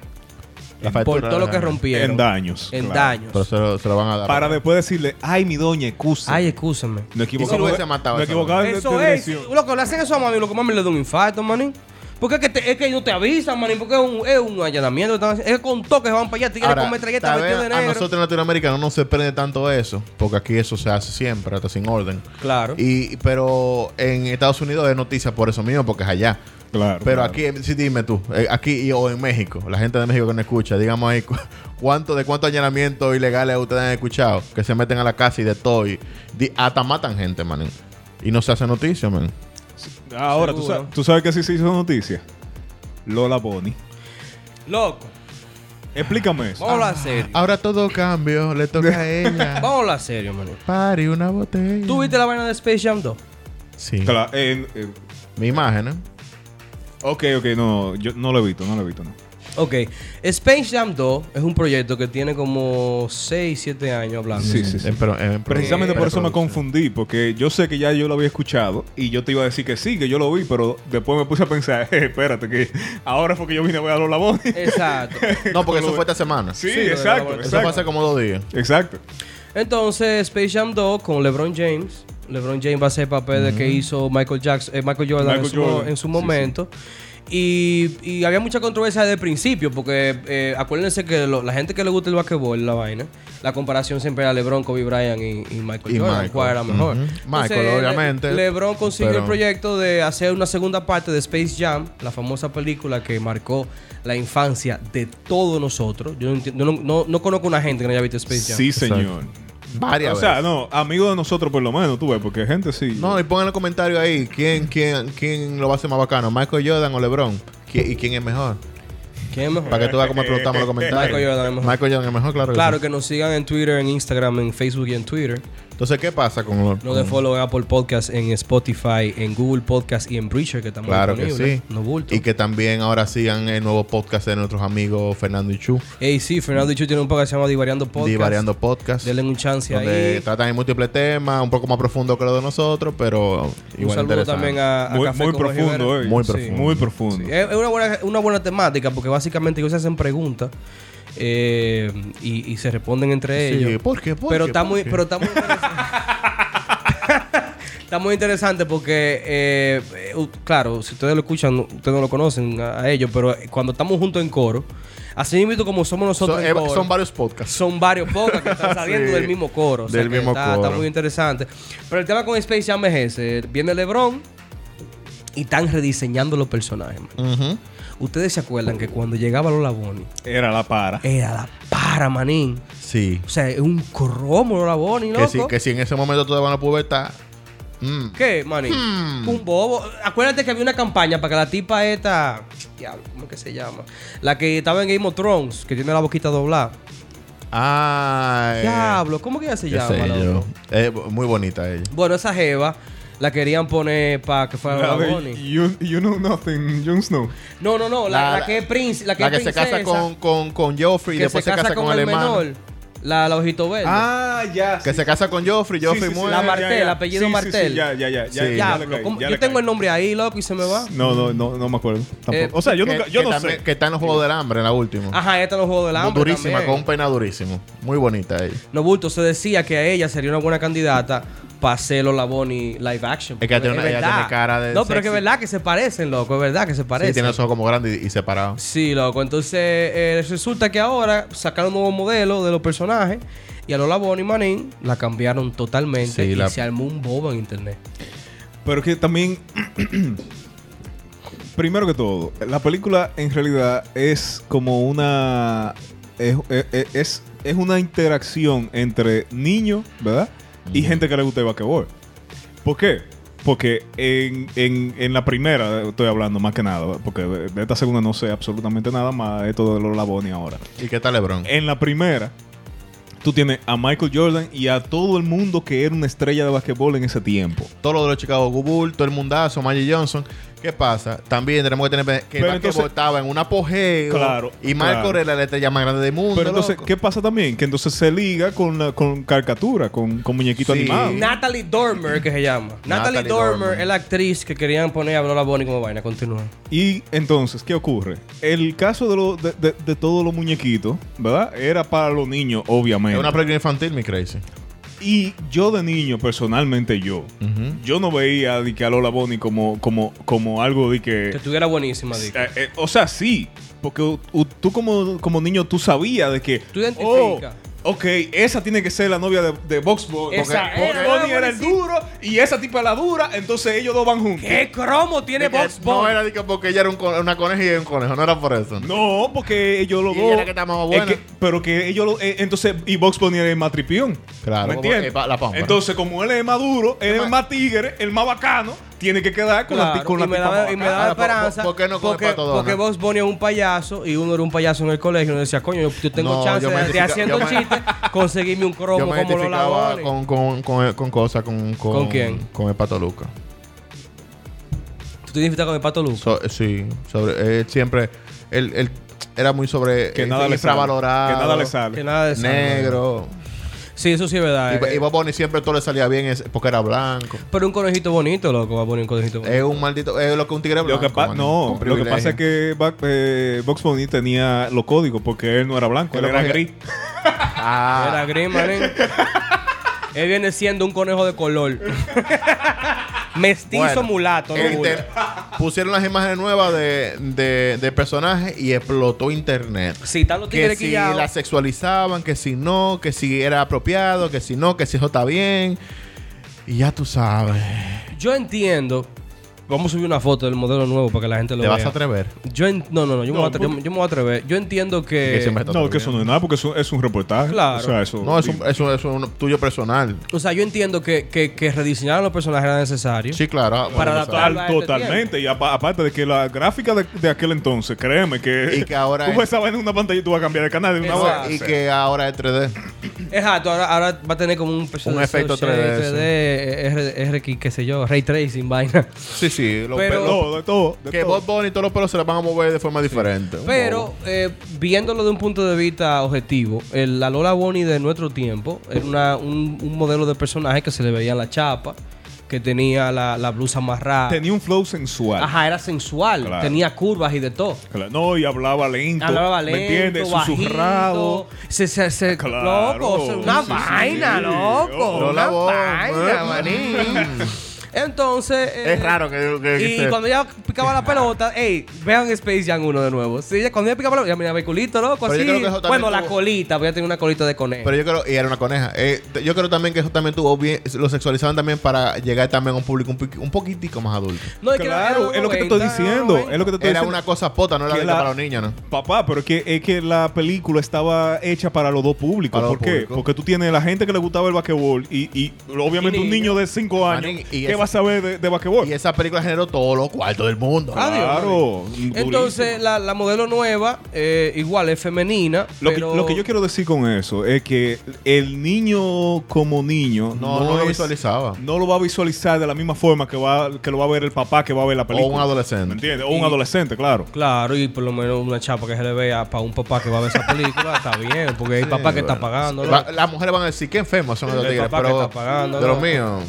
Speaker 3: La
Speaker 2: por
Speaker 3: factura
Speaker 2: todo lo
Speaker 3: la-
Speaker 2: que rompieron.
Speaker 4: En daños.
Speaker 2: En
Speaker 4: claro.
Speaker 2: daños.
Speaker 3: Pero se lo, se lo van a dar.
Speaker 4: Para después decirle, ay, mi doña, excusa.
Speaker 2: Ay, escúchame.
Speaker 4: no
Speaker 3: Y si lo
Speaker 4: equivocamos.
Speaker 3: hubiese matado
Speaker 4: no
Speaker 3: esa
Speaker 4: equivocamos de,
Speaker 2: Eso
Speaker 4: de
Speaker 2: es.
Speaker 4: dirección.
Speaker 2: Loco, le hacen eso a mami, loco, mami le da un infarto, manín. Porque es que, te- es que ellos te avisan, manín, porque es un, es un allanamiento. están haciendo- Es con toques van para allá, tigres
Speaker 3: Ahora,
Speaker 2: con metralleta
Speaker 3: tal vez
Speaker 2: vestido de negro.
Speaker 3: A nosotros en Latinoamérica no nos sorprende tanto eso, porque aquí eso se hace siempre, hasta sin orden.
Speaker 2: Claro.
Speaker 3: Y, pero en Estados Unidos es noticia por eso mismo, porque es allá.
Speaker 4: Claro.
Speaker 3: Pero
Speaker 4: claro.
Speaker 3: aquí, eh, sí, dime tú, eh, aquí y- o en México, la gente de México que no escucha, digamos ahí, cu- ¿cuánto, ¿de cuántos allanamientos ilegales ustedes han escuchado? Que se meten a la casa y de todo, y di- hasta matan gente, man. Y no se hace noticia, man.
Speaker 4: Ahora, tú
Speaker 2: Seguro.
Speaker 4: sabes, tú sabes que sí se hizo noticia. Lola Boni.
Speaker 2: Loco,
Speaker 4: Explícame eso.
Speaker 2: vamos a hablar
Speaker 3: Ah.
Speaker 2: serio.
Speaker 3: Ahora todo cambio, le toca a ella.
Speaker 2: Vamos a hablar serio, manín.
Speaker 3: Pari, una botella.
Speaker 2: ¿Tú viste la vaina de Space Jam 2?
Speaker 3: Sí.
Speaker 4: Claro, en- en-
Speaker 3: Mi imagen, ¿eh?
Speaker 4: Ok, ok, no, yo no lo he visto, no lo he visto, no.
Speaker 2: Ok. Space Jam 2 es un proyecto que tiene como 6, 7 años hablando.
Speaker 4: Sí, sí, sí.
Speaker 3: En pro- en pro-
Speaker 4: Precisamente por eso me
Speaker 3: preproducción.
Speaker 4: confundí, porque yo sé que ya yo lo había escuchado y yo te iba a decir que sí, que yo lo vi, pero después me puse a pensar, [laughs] eh, espérate, que ahora fue que yo vine a ver a los labones.
Speaker 2: Exacto.
Speaker 3: No, porque eso fue esta semana.
Speaker 4: Sí,
Speaker 2: Sí, lo de
Speaker 4: exacto,
Speaker 2: Lola Bonnie.
Speaker 3: Eso fue hace
Speaker 4: exacto.
Speaker 3: como dos días.
Speaker 4: Exacto.
Speaker 2: Entonces, Space Jam 2 con LeBron James. LeBron James va a hacer el papel de que hizo Michael Jackson, eh, Michael Jordan,
Speaker 4: Michael
Speaker 2: en, su, mo-
Speaker 4: Jordan.
Speaker 2: en su
Speaker 4: Sí,
Speaker 2: momento. Y, y había mucha controversia desde el principio, porque eh, acuérdense que lo- la gente que le gusta el basquetbol, la vaina, la comparación siempre era LeBron, Kobe Bryant y, y Michael
Speaker 3: Y
Speaker 2: Jordan,
Speaker 3: Michael.
Speaker 2: cuál era mejor.
Speaker 3: Ujú. Michael,
Speaker 2: Le-
Speaker 3: obviamente,
Speaker 2: LeBron consiguió el
Speaker 3: pero-
Speaker 2: proyecto de hacer una segunda parte de Space Jam, la famosa película que marcó la infancia de todos nosotros. Yo no, enti- yo no, no- no conozco una gente que no haya visto Space Jam.
Speaker 4: Sí,
Speaker 3: Exacto.
Speaker 4: señor.
Speaker 3: Varias
Speaker 4: O
Speaker 3: veces.
Speaker 4: sea, no, amigo de nosotros por lo menos, tú ves, porque gente sí.
Speaker 3: No, y pongan en el comentario ahí quién, quién, quién lo va a hacer más bacano, Michael Jordan o LeBron. ¿Qui- ¿Y quién es mejor?
Speaker 2: ¿Quién es mejor?
Speaker 3: Para que tú veas cómo preguntamos en los comentarios.
Speaker 2: Michael Jordan es mejor.
Speaker 3: Michael Jordan es mejor, claro. que
Speaker 2: Claro
Speaker 3: sí.
Speaker 2: que nos sigan en Twitter, en Instagram, en Facebook y en Twitter.
Speaker 3: Entonces, ¿qué pasa con los.?
Speaker 2: Nos den follow en Apple Podcast, en Spotify, en Google Podcast y en Breacher, que estamos
Speaker 3: Mm, Claro que
Speaker 2: disponibles.
Speaker 3: sí.
Speaker 2: No bulto.
Speaker 3: Y que también ahora sigan el nuevo podcast de nuestros amigos Fernando y Chu,
Speaker 2: Ey, sí, Fernando Dichu tiene un podcast que se llama Divariando Podcast.
Speaker 3: Divariando Podcast.
Speaker 2: Denle un chance
Speaker 3: donde
Speaker 2: ahí.
Speaker 3: tratan de múltiples temas, un poco más profundo que lo de nosotros, pero
Speaker 2: Un
Speaker 3: igual
Speaker 2: saludo
Speaker 3: interesante.
Speaker 2: también a, a
Speaker 4: muy,
Speaker 2: Café
Speaker 4: muy
Speaker 2: con Jorge
Speaker 4: profundo,
Speaker 2: Vera.
Speaker 4: eh.
Speaker 3: Muy
Speaker 4: Sí.
Speaker 3: profundo.
Speaker 4: Muy profundo.
Speaker 2: Sí, eh. Es es una buena, una buena temática porque básicamente ellos se hacen preguntas eh, y, y se responden entre
Speaker 3: Sí,
Speaker 2: ellos.
Speaker 3: ¿por qué? ¿Por
Speaker 2: pero
Speaker 3: qué?
Speaker 2: está
Speaker 3: ¿Por
Speaker 2: muy,
Speaker 3: qué?
Speaker 2: pero está muy interesante. [laughs] Está muy interesante porque, eh, eh, u- claro, si ustedes lo escuchan, no- ustedes no lo conocen a, a ellos, pero eh, cuando estamos juntos en coro, así mismo como somos nosotros
Speaker 3: Son,
Speaker 2: en
Speaker 3: eh,
Speaker 2: coro,
Speaker 3: son varios podcasts.
Speaker 2: son varios podcasts que
Speaker 3: [laughs]
Speaker 2: están saliendo
Speaker 3: Sí,
Speaker 2: del mismo coro. o sea
Speaker 3: del
Speaker 2: que
Speaker 3: mismo
Speaker 2: está,
Speaker 3: coro.
Speaker 2: Está muy interesante. Pero el tema con Space Jam es ese. Viene LeBron y están rediseñando los personajes. man.
Speaker 3: Ujú.
Speaker 2: Ustedes se acuerdan que cuando llegaba Lola Bonnie
Speaker 4: Era la para.
Speaker 2: era la para, manín.
Speaker 3: Sí.
Speaker 2: O sea, es un cromo Lola Bonnie, loco.
Speaker 3: Que si, que si en ese momento tú te van a pubertad. mm,
Speaker 2: ¿Qué, manín?
Speaker 3: Hmm.
Speaker 2: Un bobo. Acuérdate que había una campaña para que la tipa esta... Diablo, ¿cómo que se llama? La que estaba en Game of Thrones, que tiene la boquita doblada.
Speaker 3: Ay.
Speaker 2: Diablo, ¿cómo que ella se
Speaker 3: Eh. qué
Speaker 2: llama?
Speaker 3: sé yo.
Speaker 2: loco?
Speaker 3: Eh, muy bonita ella.
Speaker 2: Bueno, esa jeva la querían poner para que fuera
Speaker 4: La
Speaker 2: Lola
Speaker 4: de
Speaker 2: Bonnie.
Speaker 4: you, you Know Nothing, Jon Snow.
Speaker 2: No, no, no. La,
Speaker 3: La-
Speaker 2: la que es prince, la que,
Speaker 3: La
Speaker 2: es
Speaker 3: que se casa
Speaker 2: princesa,
Speaker 3: con, con, con Joffrey y
Speaker 2: que
Speaker 3: después se casa, con, el, hermano.
Speaker 2: La, la ojito verde.
Speaker 4: Ah, ya.
Speaker 3: Que se casa con Joffrey, Joffrey muere.
Speaker 2: La Martel, el apellido Martel.
Speaker 4: ya, ya, ya. ya,
Speaker 3: Sí.
Speaker 4: ya
Speaker 2: Diablo,
Speaker 4: le caí,
Speaker 2: ¿cómo-
Speaker 4: ya
Speaker 2: yo
Speaker 4: le
Speaker 2: tengo
Speaker 4: caí.
Speaker 2: el nombre ahí, loco, y se me va.
Speaker 4: No, no, no, no me acuerdo. Tampoco.
Speaker 2: Eh,
Speaker 4: o sea, yo
Speaker 3: que-
Speaker 4: nunca, yo
Speaker 3: que
Speaker 4: no
Speaker 3: también-
Speaker 4: sé.
Speaker 3: Que está en los Juegos del Hambre, en la última.
Speaker 2: Ajá, este esta los juegos del Ah, hambre.
Speaker 3: durísima,
Speaker 2: también.
Speaker 3: con un peinado durísimo. Muy bonita ella.
Speaker 2: No, Bulto, se decía que a ella sería una buena candidata para hacer Lola Bonnie live action.
Speaker 3: Es que
Speaker 2: porque
Speaker 3: ella tiene una- ella
Speaker 2: verdad.
Speaker 3: tiene cara de
Speaker 2: No, pero es que es
Speaker 3: sexy.
Speaker 2: verdad que se parecen, loco, es verdad que se
Speaker 3: Sí,
Speaker 2: parecen.
Speaker 3: tiene los ojos como grandes y, y separados.
Speaker 2: Sí, loco. Entonces, eh, resulta que ahora sacaron un nuevo modelo de los personajes y a Lola Bonnie Manin la cambiaron totalmente
Speaker 3: Sí,
Speaker 2: y
Speaker 3: la-
Speaker 2: se armó un bobo en internet.
Speaker 4: Pero que también. [clears throat] Primero que todo, la película en realidad es como una. Es, es- es- es una interacción entre niños, ¿verdad? Y gente que le gusta el basquetbol. ¿Por qué? Porque en, en- en la primera estoy hablando más que nada, porque de de esta segunda no sé absolutamente nada más esto de los Laboni ahora.
Speaker 3: ¿Y qué tal LeBron?
Speaker 4: En la primera, tú tienes a Michael Jordan y a todo el mundo que era una estrella de basquetbol en ese tiempo.
Speaker 3: Todo lo de los Chicago Bulls, todo el mundazo, Magic Johnson. ¿Qué pasa? También tenemos que tener que el
Speaker 4: Pero
Speaker 3: basquetbol
Speaker 4: entonces-
Speaker 3: estaba en un apogeo.
Speaker 4: Claro,
Speaker 3: Y Marco
Speaker 4: claro.
Speaker 3: Aurelio era la estrella más grande del mundo.
Speaker 4: Pero entonces,
Speaker 3: loco.
Speaker 4: ¿qué pasa también? Que entonces se liga con, la, con caricatura, con, con muñequito
Speaker 3: Sí.
Speaker 4: animado.
Speaker 2: Natalie Dormer, que se llama. Natalie,
Speaker 3: Natalie
Speaker 2: Dormer,
Speaker 3: Dormer.
Speaker 2: es la actriz que querían poner a Lola Bonnie como vaina. Continúa.
Speaker 4: Y entonces, ¿qué ocurre? El caso de, lo- de, de- de todos los muñequitos, ¿verdad? Era para los niños,
Speaker 3: Es
Speaker 4: obviamente.
Speaker 3: una película infantil, mi crazy.
Speaker 4: Y yo de niño, personalmente yo,
Speaker 3: Ujú.
Speaker 4: yo no veía de que a Lola Bonnie como, como, como algo de que...
Speaker 2: Que estuviera buenísima, Dick.
Speaker 4: Eh, eh, o sea, sí. Porque u- u- tú como, como niño, tú sabías de que...
Speaker 2: Tú identificas.
Speaker 4: oh, ok, esa tiene que ser la novia de, de Box Bunny. Porque
Speaker 2: Esa
Speaker 4: Box
Speaker 2: era,
Speaker 4: Bunny
Speaker 2: era
Speaker 4: era el
Speaker 2: buenísimo.
Speaker 4: duro y esa tipa la dura. Entonces ellos dos van juntos.
Speaker 2: ¿Qué cromo tiene
Speaker 3: De que
Speaker 2: Box
Speaker 3: No
Speaker 2: Bunny?
Speaker 3: era de que porque ella era un co- una coneja y era un conejo, no era por eso.
Speaker 4: No, porque ellos los
Speaker 3: Y
Speaker 4: dos...
Speaker 3: ella era que estaba más
Speaker 4: es
Speaker 3: buena.
Speaker 4: que- pero que ellos lo- eh, entonces, y Box Bunny era el más tripión.
Speaker 3: Claro.
Speaker 4: ¿Me entiendes?
Speaker 3: Eh, pa- la pampa.
Speaker 4: entonces, como él es más duro, él es el más tigre, el más bacano, tiene que quedar con la, ti-
Speaker 2: Claro,
Speaker 4: con la
Speaker 2: y me
Speaker 4: tipa más
Speaker 2: daba, y me
Speaker 4: bacana.
Speaker 2: daba
Speaker 3: Ahora, ¿por-
Speaker 2: esperanza.
Speaker 3: por- por qué no come
Speaker 2: porque,
Speaker 3: pato Donald?
Speaker 2: porque Box Bunny es un payaso y uno era un payaso en el colegio. Y uno decía, coño, yo, yo tengo
Speaker 3: No,
Speaker 2: chance
Speaker 3: yo me
Speaker 2: de, de
Speaker 3: identifica-
Speaker 2: haciendo
Speaker 3: yo me-
Speaker 2: chistes, conseguirme un cromo
Speaker 3: [laughs] Yo me
Speaker 2: como Lola
Speaker 3: identificaba
Speaker 2: Bonnie.
Speaker 3: con, con, con, con cosas, con,
Speaker 2: ¿Con quién?
Speaker 3: Con el Pato Luca.
Speaker 2: ¿Tú tú identificas con el pato Luco.
Speaker 3: So- eh, sí, sobre, él siempre él, él era muy sobre
Speaker 4: Que
Speaker 3: eh,
Speaker 4: nada le sale.
Speaker 3: infravalorado,
Speaker 4: Que nada le sale.
Speaker 2: que nada de eso.
Speaker 3: negro.
Speaker 2: Sí, eso sí es verdad.
Speaker 3: Y,
Speaker 2: eh.
Speaker 3: y Bob Bunny siempre todo le salía bien es- porque era blanco.
Speaker 2: Pero un conejito bonito, loco, va a poner un conejito bonito.
Speaker 3: Es un maldito, es lo que un tigre blanco.
Speaker 4: Mm. Lo que pa-
Speaker 3: man,
Speaker 4: no,
Speaker 3: con
Speaker 4: lo que pasa es
Speaker 3: privilegio.
Speaker 4: que Ba- eh, Box Bunny tenía los códigos porque él no era blanco,
Speaker 3: Él
Speaker 4: él
Speaker 3: lo
Speaker 4: era
Speaker 3: cogía-
Speaker 4: gris.
Speaker 3: Ah,
Speaker 2: Era Green
Speaker 3: [laughs]
Speaker 2: manín. Él viene siendo un conejo de color. Mestizo
Speaker 3: bueno.
Speaker 4: Ah,
Speaker 2: mulato, no
Speaker 3: El
Speaker 2: bula.
Speaker 3: inter- Pusieron las imágenes nuevas de, de, de personajes y explotó internet.
Speaker 2: Sí, están los
Speaker 3: que
Speaker 2: tigres
Speaker 3: si
Speaker 2: quillados.
Speaker 3: la sexualizaban, que si no, que si era apropiado, que si no, que si eso está bien. Y ya tú sabes.
Speaker 2: Yo entiendo. Vamos a subir una foto del modelo nuevo para que la gente lo
Speaker 3: Te
Speaker 2: vea.
Speaker 3: vas a atrever.
Speaker 2: Yo en- no, no, no, yo, me
Speaker 4: No,
Speaker 2: voy a atre- yo- yo me voy a atrever. Yo entiendo que.
Speaker 3: Que siempre está
Speaker 4: No,
Speaker 3: todo
Speaker 4: que
Speaker 3: bien.
Speaker 4: eso no es nada porque eso es un reportaje.
Speaker 2: Claro.
Speaker 4: O sea, eso,
Speaker 3: No, eso, eso, eso es un tuyo personal.
Speaker 2: O sea, yo entiendo que, que, que rediseñar a los personajes era necesario.
Speaker 3: Sí, claro. ah,
Speaker 2: Para
Speaker 3: bueno,
Speaker 2: adaptar-
Speaker 3: sabes.
Speaker 4: Tal- totalmente. Y apa- aparte de que la gráfica de, de aquel entonces, créeme que.
Speaker 3: Y que ahora
Speaker 4: [laughs] Tú
Speaker 3: es-
Speaker 4: ves esa vaina en una pantalla y tú vas a cambiar de canal de una
Speaker 2: Exacto.
Speaker 4: vez.
Speaker 3: Y que ahora es 3D.
Speaker 2: Exacto, ahora, ahora va a tener como un,
Speaker 3: Un efecto 3D,
Speaker 2: eh, R, qué sé yo, ray tracing, vaina.
Speaker 3: Sí, sí. Lo,
Speaker 2: Pero-
Speaker 4: De todo, de todo. de
Speaker 3: que
Speaker 4: todo.
Speaker 3: Bob Bunny y todos los pelos se les van a mover de forma diferente. Un
Speaker 2: Pero
Speaker 3: bobo.
Speaker 2: eh, viéndolo de un punto de vista objetivo, el- la Lola Bonnie de nuestro tiempo era una- un, un modelo de personaje que se le veía en la chapa, que tenía la, la blusa amarrada.
Speaker 4: Tenía un flow sensual.
Speaker 2: Ajá, era sensual,
Speaker 4: Claro.
Speaker 2: tenía curvas y de todo.
Speaker 4: Claro. No, y hablaba lento.
Speaker 2: Hablaba lento,
Speaker 4: ¿Me entiendes?
Speaker 2: bajito,
Speaker 4: Susurrado. Ah,
Speaker 2: Se, se, se-
Speaker 4: Claro,
Speaker 2: loco, o sea, una
Speaker 4: sí, sí,
Speaker 2: vaina,
Speaker 4: sí.
Speaker 2: loco.
Speaker 3: Lola
Speaker 2: una
Speaker 3: Bonnie,
Speaker 2: vaina,
Speaker 3: eh.
Speaker 2: manín. Entonces. eh,
Speaker 3: [laughs] Es raro que. que- que
Speaker 2: Y
Speaker 3: se-
Speaker 2: cuando ella picaba la pelota, ey, vean Space Jam 1 de nuevo. Sí, ella- cuando ella picaba la pelota, ya miraba el culito, loco,
Speaker 3: Pero yo
Speaker 2: así.
Speaker 3: creo que eso también
Speaker 2: Bueno, la
Speaker 3: tuvo-
Speaker 2: colita, voy a tener una colita de conejo.
Speaker 3: Pero yo creo, y era una coneja. Eh, t- yo creo también que eso también tuvo bien, lo sexualizaban también para llegar también a un público un, piqui- un poquitico más adulto.
Speaker 2: No, y que era- era
Speaker 4: Claro,
Speaker 2: los
Speaker 4: es lo que te estoy
Speaker 2: 90,
Speaker 4: diciendo.
Speaker 2: ¿no?
Speaker 4: Es lo que te estoy
Speaker 3: Era
Speaker 4: diciendo.
Speaker 3: una cosa pota, no era
Speaker 4: que
Speaker 3: de
Speaker 4: la-
Speaker 3: para los niños, ¿no?
Speaker 4: Papá, pero es que, es que la película estaba hecha para los dos públicos.
Speaker 3: Para los
Speaker 4: ¿Por qué?
Speaker 3: públicos.
Speaker 4: Porque tú tienes la gente que le gustaba el basquetbol y, y obviamente
Speaker 2: Y
Speaker 4: un
Speaker 2: niño.
Speaker 4: niño de 5
Speaker 3: Manín,
Speaker 4: años.
Speaker 3: y
Speaker 4: ¿Qué
Speaker 3: es-
Speaker 4: va a saber de, de basquetbol?
Speaker 3: Y esa película generó todos los cuartos del mundo.
Speaker 2: Ah, Adiós,
Speaker 4: Claro.
Speaker 2: Entonces,
Speaker 4: durísimo.
Speaker 2: la, la modelo nueva, eh, igual es femenina.
Speaker 4: Lo,
Speaker 2: pero...
Speaker 4: que, lo que yo quiero decir con eso es que el niño como niño
Speaker 3: no, no, lo
Speaker 4: es-
Speaker 3: visualizaba.
Speaker 4: no lo va a visualizar de la misma forma que va que lo va a ver el papá que va a ver la película.
Speaker 3: O un adolescente.
Speaker 4: ¿Me entiendes? O un
Speaker 2: Y-
Speaker 4: adolescente, claro.
Speaker 2: Claro, y por lo menos una chapa que se le vea para un papá que va a ver esa película,
Speaker 4: [laughs]
Speaker 2: está bien, porque hay papá que está pagando. loco.
Speaker 3: Va- las mujeres van a decir, qué enfermos son los
Speaker 2: El
Speaker 3: tigres,
Speaker 2: papá que
Speaker 3: pero
Speaker 2: está pagando,
Speaker 3: de
Speaker 2: ¿no?
Speaker 3: los míos.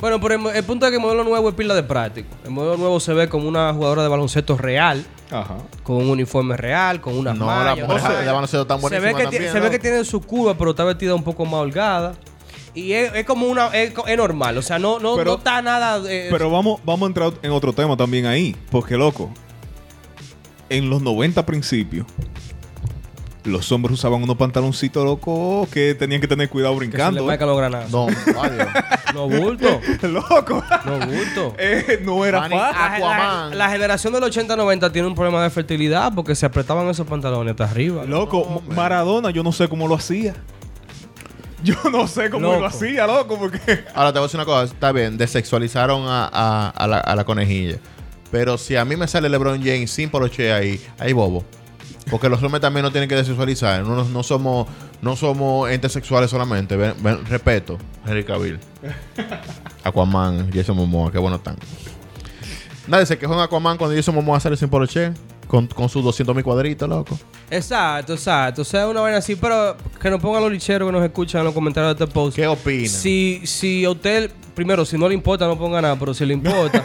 Speaker 2: Bueno, pero el, mo- el punto es que el modelo nuevo es pila de práctico. El modelo nuevo se ve como una jugadora de baloncesto real,
Speaker 4: Ajá.
Speaker 2: con un uniforme real, con unas
Speaker 3: No,
Speaker 2: mallas,
Speaker 3: las mujeres
Speaker 2: una-
Speaker 3: de baloncesto tan
Speaker 2: se
Speaker 3: buenísimas
Speaker 2: ve que,
Speaker 3: también,
Speaker 2: tie- se ve
Speaker 3: ¿no?
Speaker 2: que tiene su curva, pero está vestida un poco más holgada. Y es, es como una. Es, co- es normal, o sea, no, no,
Speaker 4: Pero-
Speaker 2: no está nada. eh,
Speaker 4: Pero vamos, vamos a entrar en otro tema también ahí. Porque, loco, en los 90 principios, los hombres usaban unos pantaloncitos locos que tenían que tener cuidado
Speaker 2: que se le
Speaker 4: brincando. ¿eh?
Speaker 2: marca los granados. No.
Speaker 3: No, adiós.
Speaker 2: bulto.
Speaker 4: [laughs] loco.
Speaker 2: No
Speaker 4: [laughs]
Speaker 2: bulto.
Speaker 4: Eh, no era
Speaker 3: Manny,
Speaker 4: fácil.
Speaker 2: La, la-
Speaker 3: Aquaman.
Speaker 2: la generación del 80-90 tiene un problema de fertilidad porque se apretaban esos pantalones hasta arriba.
Speaker 4: Loco,
Speaker 3: No,
Speaker 4: M-
Speaker 3: man.
Speaker 4: Maradona, yo no sé cómo lo hacía. Yo no sé cómo
Speaker 2: Loco.
Speaker 4: lo hacía, loco, porque. [laughs]
Speaker 3: Ahora te voy a decir una cosa, está bien, desexualizaron a, a- a la, a la conejilla. Pero si a mí me sale LeBron James sin poloche ahí, ahí bobo. Porque los hombres también no tienen que desexualizar. No, no somos no somos entes sexuales solamente. Ven, ven, respeto, Henry Cavill. Aquaman, Jason Momoa, qué bueno están. Nadie se quejó en Aquaman cuando Jason Momoa sale sin poloche. Con, con sus 200 mil cuadritos, loco.
Speaker 2: Exacto, exacto. O sea, una vaina así, pero que nos pongan los licheros que nos escuchan en los comentarios de este post.
Speaker 3: ¿Qué opinan?
Speaker 2: Si, si a usted, primero, si no le importa, no ponga nada, pero si le
Speaker 3: [laughs]
Speaker 2: importa.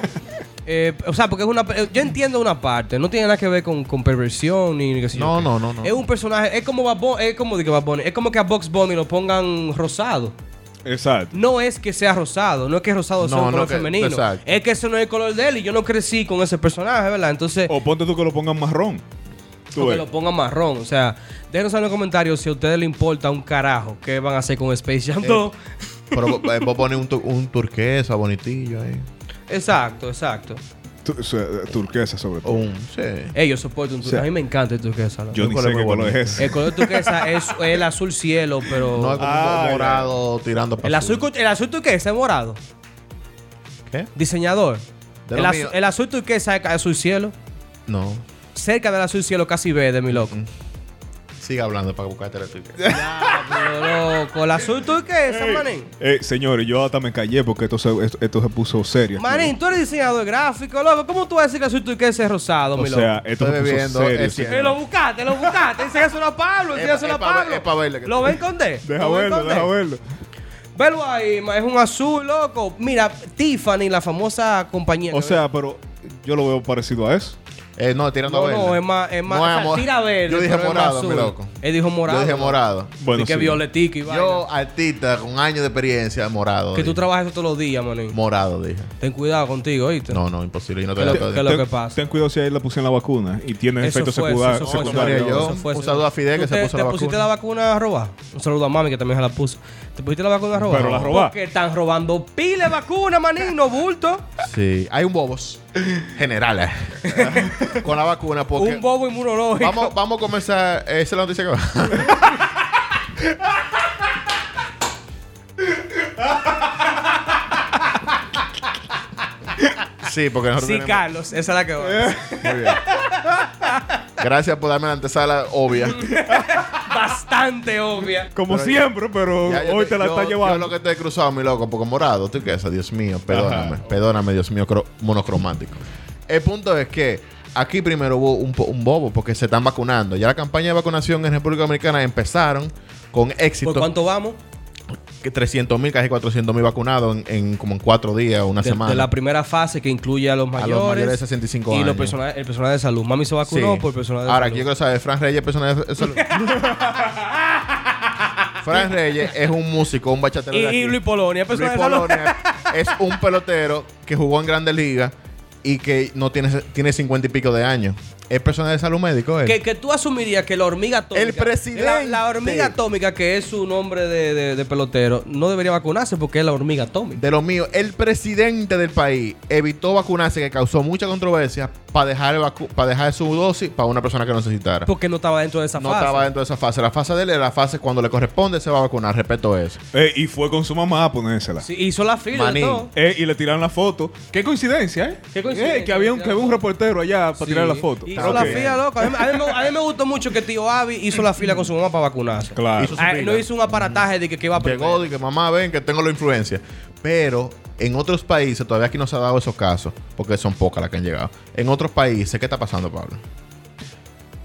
Speaker 2: eh, o sea, porque es una. eh, Yo entiendo una parte, no tiene nada que ver con, con perversión ni, ni qué sé yo
Speaker 3: No,
Speaker 2: qué.
Speaker 3: no, no, no.
Speaker 2: Es un personaje, es como Bad Bunny- es como de que Bad Bunny, es como que a Box Bunny lo pongan rosado.
Speaker 4: Exacto.
Speaker 2: No es que sea rosado, no es que rosado sea
Speaker 3: No,
Speaker 2: un
Speaker 3: no
Speaker 2: color
Speaker 3: que-
Speaker 2: femenino.
Speaker 3: exacto.
Speaker 2: Es que ese no es el color de él y yo no crecí con ese personaje, ¿verdad? Entonces,
Speaker 4: O ponte tú que lo pongan marrón. Tú
Speaker 2: o que
Speaker 4: ves.
Speaker 2: lo pongan marrón. O sea, déjenos en los comentarios si a ustedes les importa un carajo qué van a hacer con Space
Speaker 4: Eh.
Speaker 2: Jam 2.
Speaker 3: Pero eh, vos pones un, tu- un turquesa bonitillo ahí.
Speaker 2: Exacto, exacto.
Speaker 4: Tu- o sea, turquesa, sobre
Speaker 3: O
Speaker 4: todo.
Speaker 3: un. Sí.
Speaker 2: Ellos yo soporto un turquesa.
Speaker 3: Sí.
Speaker 2: A mí me encanta el turquesa. loco.
Speaker 4: Yo
Speaker 3: un
Speaker 4: ni
Speaker 3: color
Speaker 4: sé
Speaker 3: muy
Speaker 4: qué color es
Speaker 3: bonito.
Speaker 4: ese.
Speaker 2: El color turquesa
Speaker 4: [laughs]
Speaker 2: es el azul cielo, pero.
Speaker 3: No es como
Speaker 4: Ah,
Speaker 3: un
Speaker 4: ya.
Speaker 3: morado tirando para
Speaker 2: el, azul, cu- el azul turquesa es morado.
Speaker 3: ¿Qué?
Speaker 2: Diseñador.
Speaker 3: De
Speaker 2: El,
Speaker 3: lo
Speaker 2: azu-
Speaker 3: mío.
Speaker 2: el azul turquesa es ca- azul cielo.
Speaker 3: No.
Speaker 4: Mm.
Speaker 2: Cerca del azul cielo, casi verde, mi loco.
Speaker 3: este Siga hablando para buscarte la tuya.
Speaker 2: Ya, Pero, loco, el azul tú qué es, manín.
Speaker 4: Eh, señores, yo hasta me callé porque esto se, esto, esto se puso serio.
Speaker 2: Manín, tú eres diseñador gráfico, loco. ¿Cómo tú vas a decir que el azul tú qué es rosado,
Speaker 4: o
Speaker 2: mi
Speaker 4: sea,
Speaker 2: loco?
Speaker 4: esto
Speaker 3: Estoy
Speaker 4: se puso
Speaker 3: bebiendo,
Speaker 4: serio.
Speaker 3: es cierto.
Speaker 2: Eh, lo buscaste, lo buscaste. Enséñaselo a Pablo,
Speaker 3: Es
Speaker 2: enséñaselo
Speaker 3: pa-
Speaker 2: a
Speaker 3: es pa-
Speaker 2: Pablo.
Speaker 3: es pa' verle que-
Speaker 2: ¿Lo ven con D?
Speaker 4: Deja
Speaker 2: ¿Lo ven
Speaker 4: verlo,
Speaker 2: con D?
Speaker 4: deja verlo.
Speaker 2: Velo ahí, ma, es un azul, loco. Mira, Tiffany, la famosa compañía. que
Speaker 4: O sea, pero yo lo veo parecido a eso.
Speaker 3: Eh, no, tirando
Speaker 2: No,
Speaker 3: verde.
Speaker 2: no, es más, es más.
Speaker 3: No
Speaker 2: o sea,
Speaker 3: amor.
Speaker 2: tira verde.
Speaker 3: Yo dije
Speaker 2: pero es más
Speaker 3: morado, mi
Speaker 2: azul.
Speaker 3: loco.
Speaker 2: Él dijo morado.
Speaker 3: Yo dije
Speaker 2: ¿no?
Speaker 3: morado.
Speaker 4: Bueno,
Speaker 2: y que
Speaker 4: sí.
Speaker 2: violetico y vaina.
Speaker 3: Yo, artista con años de experiencia, morado.
Speaker 2: Que tú
Speaker 3: dije.
Speaker 2: trabajas eso todos los días, manín.
Speaker 3: Morado, dije.
Speaker 2: Ten cuidado contigo, ¿oíste?
Speaker 3: No, no, imposible. Yo no te
Speaker 2: Que
Speaker 3: la
Speaker 2: lo-
Speaker 3: estoy-
Speaker 2: que lo-
Speaker 4: Ten-
Speaker 2: que pasa.
Speaker 4: Ten cuidado si ahí le pusieron la vacuna y tiene
Speaker 2: Eso
Speaker 4: efectos
Speaker 2: fue, eso,
Speaker 4: secunda-
Speaker 2: eso fue,
Speaker 3: como
Speaker 4: secundarios.
Speaker 3: haría yo.
Speaker 2: eso fue,
Speaker 3: Un
Speaker 2: eso
Speaker 3: saludo
Speaker 2: fue.
Speaker 3: a Fidel, que
Speaker 2: ¿Tú
Speaker 3: se
Speaker 2: te-
Speaker 3: puso
Speaker 2: ¿Te
Speaker 3: la
Speaker 2: pusiste
Speaker 3: vacuna?
Speaker 2: la vacuna a robar? Un saludo a mami que también se la puso. ¿Te pusiste la vacuna a robar?
Speaker 4: Pero la robar.
Speaker 2: Porque están robando pile de vacuna, manín, no bulto.
Speaker 3: Sí, hay un bobos
Speaker 2: [laughs]
Speaker 3: general eh, con la vacuna porque
Speaker 2: Un bobo inmunológico.
Speaker 3: vamos, vamos a comenzar. Eh, Esa es la noticia que va. Sí, porque nosotros
Speaker 2: Sí,
Speaker 3: tenemos-
Speaker 2: Carlos, esa es la que va.
Speaker 3: Eh. Muy bien. Gracias por darme la antesala
Speaker 4: [laughs]
Speaker 3: obvia.
Speaker 2: Bastante obvia.
Speaker 4: Como
Speaker 3: Pero-
Speaker 4: siempre, pero
Speaker 3: Ya, yo
Speaker 4: hoy te, la
Speaker 3: yo-
Speaker 4: está
Speaker 3: Yo lo
Speaker 4: llevando.
Speaker 3: que te he cruzado, mi loco, porque morado, tú qué es, Dios mío, perdóname,
Speaker 4: Ajá.
Speaker 3: perdóname, Dios mío, cro- monocromático. El punto es que aquí primero hubo un, po- un bobo porque se están vacunando. Ya la campaña de vacunación en República Dominicana empezaron con éxito.
Speaker 2: ¿Por cuánto vamos?
Speaker 3: Que 300 mil, casi 400 mil vacunados en, en como en cuatro días, una
Speaker 2: de,
Speaker 3: semana.
Speaker 2: de la primera fase que incluye a los mayores,
Speaker 3: mayores de 65
Speaker 2: y los
Speaker 3: años.
Speaker 2: personal- el personal de salud. Mami se
Speaker 3: Sí.
Speaker 2: vacunó por personal de
Speaker 3: Ahora,
Speaker 2: salud.
Speaker 3: aquí yo quiero saber, Fran Reyes, personal
Speaker 2: [laughs]
Speaker 3: de salud. Fran Reyes es un músico, un bachatero
Speaker 2: y,
Speaker 3: de aquí.
Speaker 2: y Luis Polonia,
Speaker 3: Luis
Speaker 2: personal de salud.
Speaker 3: Polonia es un pelotero que jugó en Grandes Ligas y que no tiene tiene cincuenta y pico de años. Es personal de salud médico él.
Speaker 2: Que, que tú asumirías que la hormiga atómica.
Speaker 3: El presidente.
Speaker 2: La, la hormiga atómica, que es su nombre de, de- de pelotero, no debería vacunarse porque es la hormiga atómica.
Speaker 3: De lo mío, el presidente del país evitó vacunarse que causó mucha controversia para dejar el vacu- para dejar su dosis para una persona que lo necesitara.
Speaker 2: Porque no estaba dentro de esa
Speaker 3: no
Speaker 2: fase.
Speaker 3: estaba dentro de esa fase. La fase de él era la fase cuando le corresponde se va a vacunar. Respeto eso.
Speaker 4: Eh, y fue con su mamá a ponérsela.
Speaker 2: Sí, hizo la fila y
Speaker 3: Manín.
Speaker 2: todo.
Speaker 4: Eh, y le tiraron la foto. Qué coincidencia, ¿eh?
Speaker 2: Qué coincidencia.
Speaker 4: Eh, que, había un, que había un reportero allá para
Speaker 2: Sí.
Speaker 4: tirar la foto. Ah,
Speaker 2: Hizo
Speaker 4: Ok.
Speaker 2: la fila, loco. A mí, a mí me- a mí me gustó mucho que tío Avi hizo la fila con su mamá para vacunarse.
Speaker 4: Claro.
Speaker 3: Hizo su
Speaker 2: Ah,
Speaker 3: fila.
Speaker 2: no hizo un aparataje de que, que iba a
Speaker 3: Llegó y que mamá ven que tengo la influencia. Pero en otros países, todavía aquí no se ha dado esos casos, porque son pocas las que han llegado. En otros países, ¿qué está pasando, Pablo?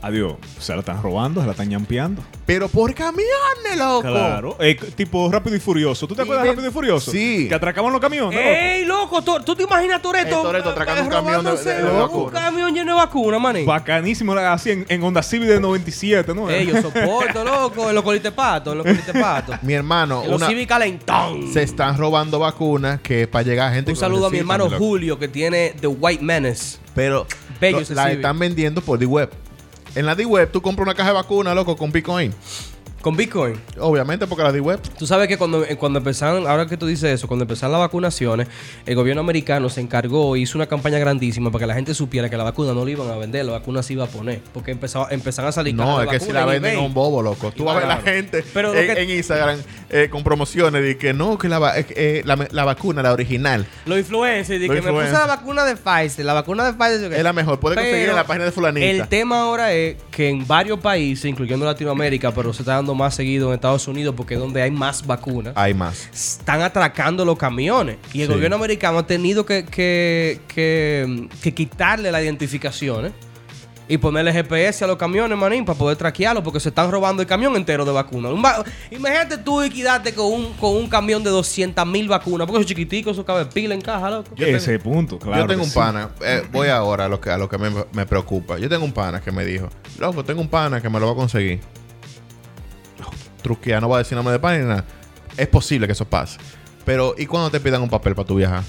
Speaker 4: Adiós. Se la están robando, se la están ñampeando.
Speaker 3: Pero por camiones, loco.
Speaker 4: Claro. Eh, tipo Rápido y Furioso. ¿Tú te
Speaker 3: Y
Speaker 4: acuerdas de
Speaker 3: ven-
Speaker 4: Rápido y Furioso?
Speaker 3: Sí.
Speaker 4: Que atracaban los camiones.
Speaker 2: ¡Ey, loco! ¿Tú, tú te imaginas a Toreto? eh,
Speaker 3: El Toretto atracando un camión de- de- de
Speaker 2: Un
Speaker 3: vacuna.
Speaker 2: camión lleno de vacunas, maní.
Speaker 4: loco. Bacanísimo. era Así en, en Honda Civic de 97, ¿no? [laughs]
Speaker 2: Ey, yo soporto, loco. En los colitepatos, en los
Speaker 3: [laughs]
Speaker 2: colitepatos.
Speaker 3: Mi hermano,
Speaker 2: En los
Speaker 3: una-
Speaker 2: civi calentón.
Speaker 3: se están robando vacunas que para llegar a gente.
Speaker 2: Un
Speaker 3: que
Speaker 2: saludo a mi
Speaker 3: necesita,
Speaker 2: hermano
Speaker 3: loco.
Speaker 2: Julio que tiene The White Menace.
Speaker 3: Pero
Speaker 2: Bello
Speaker 3: lo-
Speaker 2: ese
Speaker 3: la
Speaker 2: Civic.
Speaker 3: están vendiendo por D-Web. En la D-Web tú compras una caja de vacunas, loco, con Bitcoin.
Speaker 2: Con Bitcoin.
Speaker 3: Obviamente, porque la D-Web.
Speaker 2: Tú sabes que cuando, eh, cuando empezaron, ahora que tú dices eso, cuando empezaron las vacunaciones, el gobierno americano se encargó e hizo una campaña grandísima para que la gente supiera que la vacuna no la iban a vender, la vacuna se iba a poner. Porque empezaba, empezaron a salir
Speaker 3: No,
Speaker 2: caras
Speaker 3: es
Speaker 2: de
Speaker 3: que si
Speaker 2: vacuna
Speaker 3: la
Speaker 2: en
Speaker 3: venden a
Speaker 2: eBay.
Speaker 3: un bobo, loco. Tú vas a ver la
Speaker 2: Claro.
Speaker 3: gente
Speaker 2: Pero lo
Speaker 3: en,
Speaker 2: que-
Speaker 3: en Instagram eh, con promociones de que no, que la, va- eh, eh, la, me- la vacuna, la original,
Speaker 2: Los influencers, de
Speaker 3: Los
Speaker 2: que me puse
Speaker 3: influencers.
Speaker 2: la vacuna de Pfizer, la vacuna de Pfizer.
Speaker 3: Es la mejor, puede conseguir en la página de fulanita.
Speaker 2: El tema ahora es que en varios países, incluyendo Latinoamérica, pero se está dando más seguido en Estados Unidos porque es donde hay más vacunas,
Speaker 3: hay más.
Speaker 2: están atracando los camiones. Y el
Speaker 3: Sí.
Speaker 2: gobierno americano ha tenido que, que, que- que quitarle la identificación, ¿eh? Y ponerle GPS a los camiones, manín, para poder traquearlos, porque se están robando el camión entero de vacunas. Un va- Imagínate tú liquidarte con un, con un camión de 200 mil vacunas, porque esos chiquiticos, esos caben pila en caja, loco.
Speaker 3: Yo
Speaker 4: Ese punto, claro.
Speaker 3: yo tengo
Speaker 4: que
Speaker 3: un
Speaker 4: sí.
Speaker 3: pana, eh, voy ahora a lo que, a lo que me, me preocupa. Yo tengo un pana que me dijo, loco, tengo un pana que me lo va a conseguir. Truquea, no va a decir nombre de pana ni nada. Es posible que eso pase. Pero, ¿y cuando te pidan un papel para tu viajar?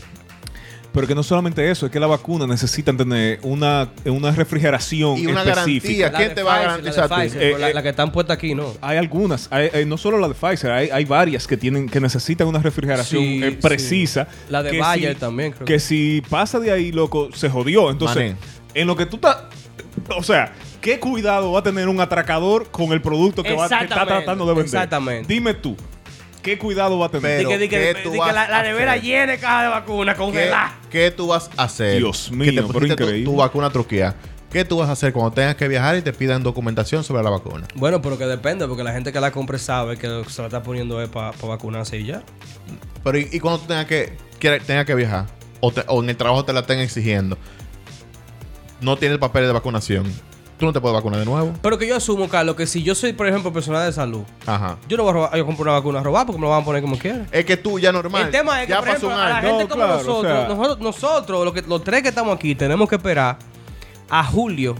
Speaker 4: Pero que no solamente eso, es que la vacuna necesitan tener una, una refrigeración
Speaker 3: Y una
Speaker 4: específica.
Speaker 3: garantía. ¿Quién
Speaker 2: de
Speaker 3: te va a
Speaker 2: Pfizer,
Speaker 3: garantizar
Speaker 2: la,
Speaker 3: a
Speaker 2: de
Speaker 3: ti?
Speaker 2: Pfizer, pero
Speaker 4: Eh,
Speaker 2: la-
Speaker 4: eh.
Speaker 2: la que están puestas aquí, no.
Speaker 4: Hay algunas, hay- hay- no solo la de Pfizer, hay, hay varias que tienen que necesitan una refrigeración
Speaker 2: Sí,
Speaker 4: eh,
Speaker 2: sí.
Speaker 4: precisa.
Speaker 2: La de
Speaker 4: que
Speaker 2: Bayer también, creo
Speaker 4: Que
Speaker 2: que.
Speaker 4: si pasa de ahí, loco, se jodió. Entonces,
Speaker 3: Mané.
Speaker 4: en lo que tú estás. O sea, ¿qué cuidado va a tener un atracador con el producto que, va, que está
Speaker 2: Exactamente,
Speaker 4: tratando de vender?
Speaker 2: exactamente.
Speaker 4: Dime tú, ¿qué cuidado va a tener?
Speaker 3: Pero,
Speaker 2: Di que, di que-
Speaker 3: ¿qué
Speaker 2: di
Speaker 3: tú
Speaker 2: que
Speaker 3: vas
Speaker 2: la, la
Speaker 3: a
Speaker 2: nevera
Speaker 3: hacer?
Speaker 2: llena de caja de vacunas,
Speaker 3: ¿Qué,
Speaker 2: congelada.
Speaker 3: qué tú vas a hacer?
Speaker 4: Dios
Speaker 3: Que te
Speaker 4: mío, pero
Speaker 3: pusiste tu-
Speaker 4: increíble.
Speaker 3: tu, vacuna truquea. ¿Qué tú vas a hacer cuando tengas que viajar y te pidan documentación sobre la vacuna?
Speaker 2: Bueno, pero que depende, porque la gente que la compre sabe que lo que se la está poniendo es para vacunarse y ya.
Speaker 3: Pero y, y cuando tú tengas que, quiera- tengas que viajar o, te- o en el trabajo te la estén exigiendo, no tienes papeles de vacunación, tú no te puedes vacunar de nuevo.
Speaker 2: Pero que yo asumo, Carlos, que si yo soy, por ejemplo, personal de salud,
Speaker 3: Ajá.
Speaker 2: yo no voy a robar, yo compro una vacuna a robar porque me la van a poner como quiera.
Speaker 3: Es que tú ya normal.
Speaker 2: El tema es que,
Speaker 3: ya
Speaker 2: por ejemplo, a la
Speaker 4: año.
Speaker 2: gente
Speaker 4: No,
Speaker 2: como
Speaker 4: claro,
Speaker 2: nosotros,
Speaker 4: o sea-
Speaker 2: nosotros, nosotros, lo que- los tres que estamos aquí, tenemos que esperar a julio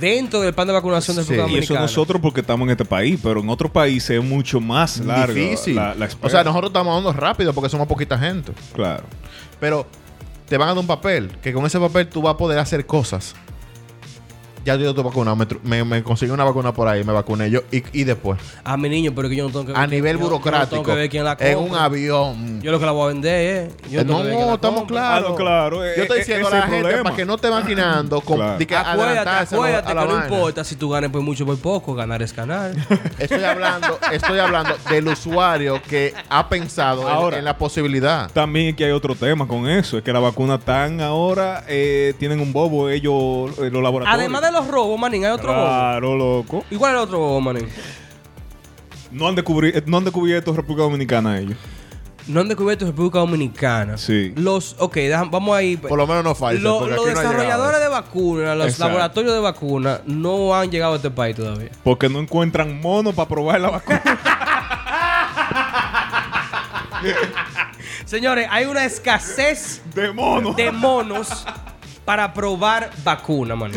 Speaker 2: dentro del plan de vacunación del
Speaker 3: Sí.
Speaker 2: programa
Speaker 4: Y eso nosotros porque estamos en este país, pero en otros países es mucho más largo
Speaker 3: Difícil.
Speaker 4: la, la
Speaker 3: o sea,
Speaker 4: espera.
Speaker 3: nosotros estamos dando rápido porque somos poquita gente.
Speaker 4: Claro.
Speaker 3: Pero te van a dar un papel, que con ese papel tú vas a poder hacer cosas. Ya yo estoy vacunado, me, tru- me, me conseguí una vacuna por ahí, me vacuné yo y, y después.
Speaker 2: A mi niño, pero que yo no tengo que
Speaker 3: A
Speaker 2: ver quién-
Speaker 3: nivel
Speaker 2: yo- yo no
Speaker 3: burocrático,
Speaker 2: tengo que ver quién la
Speaker 3: en un
Speaker 2: compra.
Speaker 3: avión.
Speaker 2: Yo lo que la voy a vender es. Yo
Speaker 3: Eh, no,
Speaker 2: tengo que ver quién la
Speaker 3: estamos
Speaker 2: compra.
Speaker 3: claros.
Speaker 4: Ah, no, claro, eh,
Speaker 3: Yo estoy
Speaker 4: eh,
Speaker 3: diciendo a
Speaker 4: ese
Speaker 3: la
Speaker 4: es el
Speaker 3: gente
Speaker 4: problema.
Speaker 3: para que no esté maquinando con
Speaker 4: Claro.
Speaker 3: de que
Speaker 2: Acuérdate,
Speaker 3: adelantarse a la-
Speaker 2: acuérdate
Speaker 3: a la
Speaker 2: que no
Speaker 3: vaina.
Speaker 2: importa si tú ganes por mucho o por poco, ganar es ganar.
Speaker 3: [laughs] Estoy hablando, estoy hablando del usuario que ha pensado en-
Speaker 4: Ahora.
Speaker 3: en la posibilidad.
Speaker 4: También es que hay otro tema con eso, es que la vacuna tan ahora eh, tienen un bobo ellos, eh, los laboratorios.
Speaker 2: Además de los robos, manín, hay otro bobo.
Speaker 4: Claro, loco.
Speaker 2: ¿Y cuál es el otro bobo, manín?
Speaker 4: No han, descubri- eh, no han descubierto República Dominicana ellos.
Speaker 2: No han descubierto República Dominicana.
Speaker 4: Sí.
Speaker 2: Los, ok, deja- vamos ahí.
Speaker 3: Por lo menos no Pfizer.
Speaker 2: Lo-
Speaker 3: porque
Speaker 2: los
Speaker 3: aquí no ha llegado.
Speaker 2: desarrolladores de vacunas, los
Speaker 4: Exacto.
Speaker 2: laboratorios de vacunas, no han llegado a este país todavía.
Speaker 4: Porque no encuentran mono para probar
Speaker 3: [laughs]
Speaker 4: la vacuna.
Speaker 2: Señores, hay una escasez
Speaker 4: de mono.
Speaker 2: de monos para probar vacuna, mano.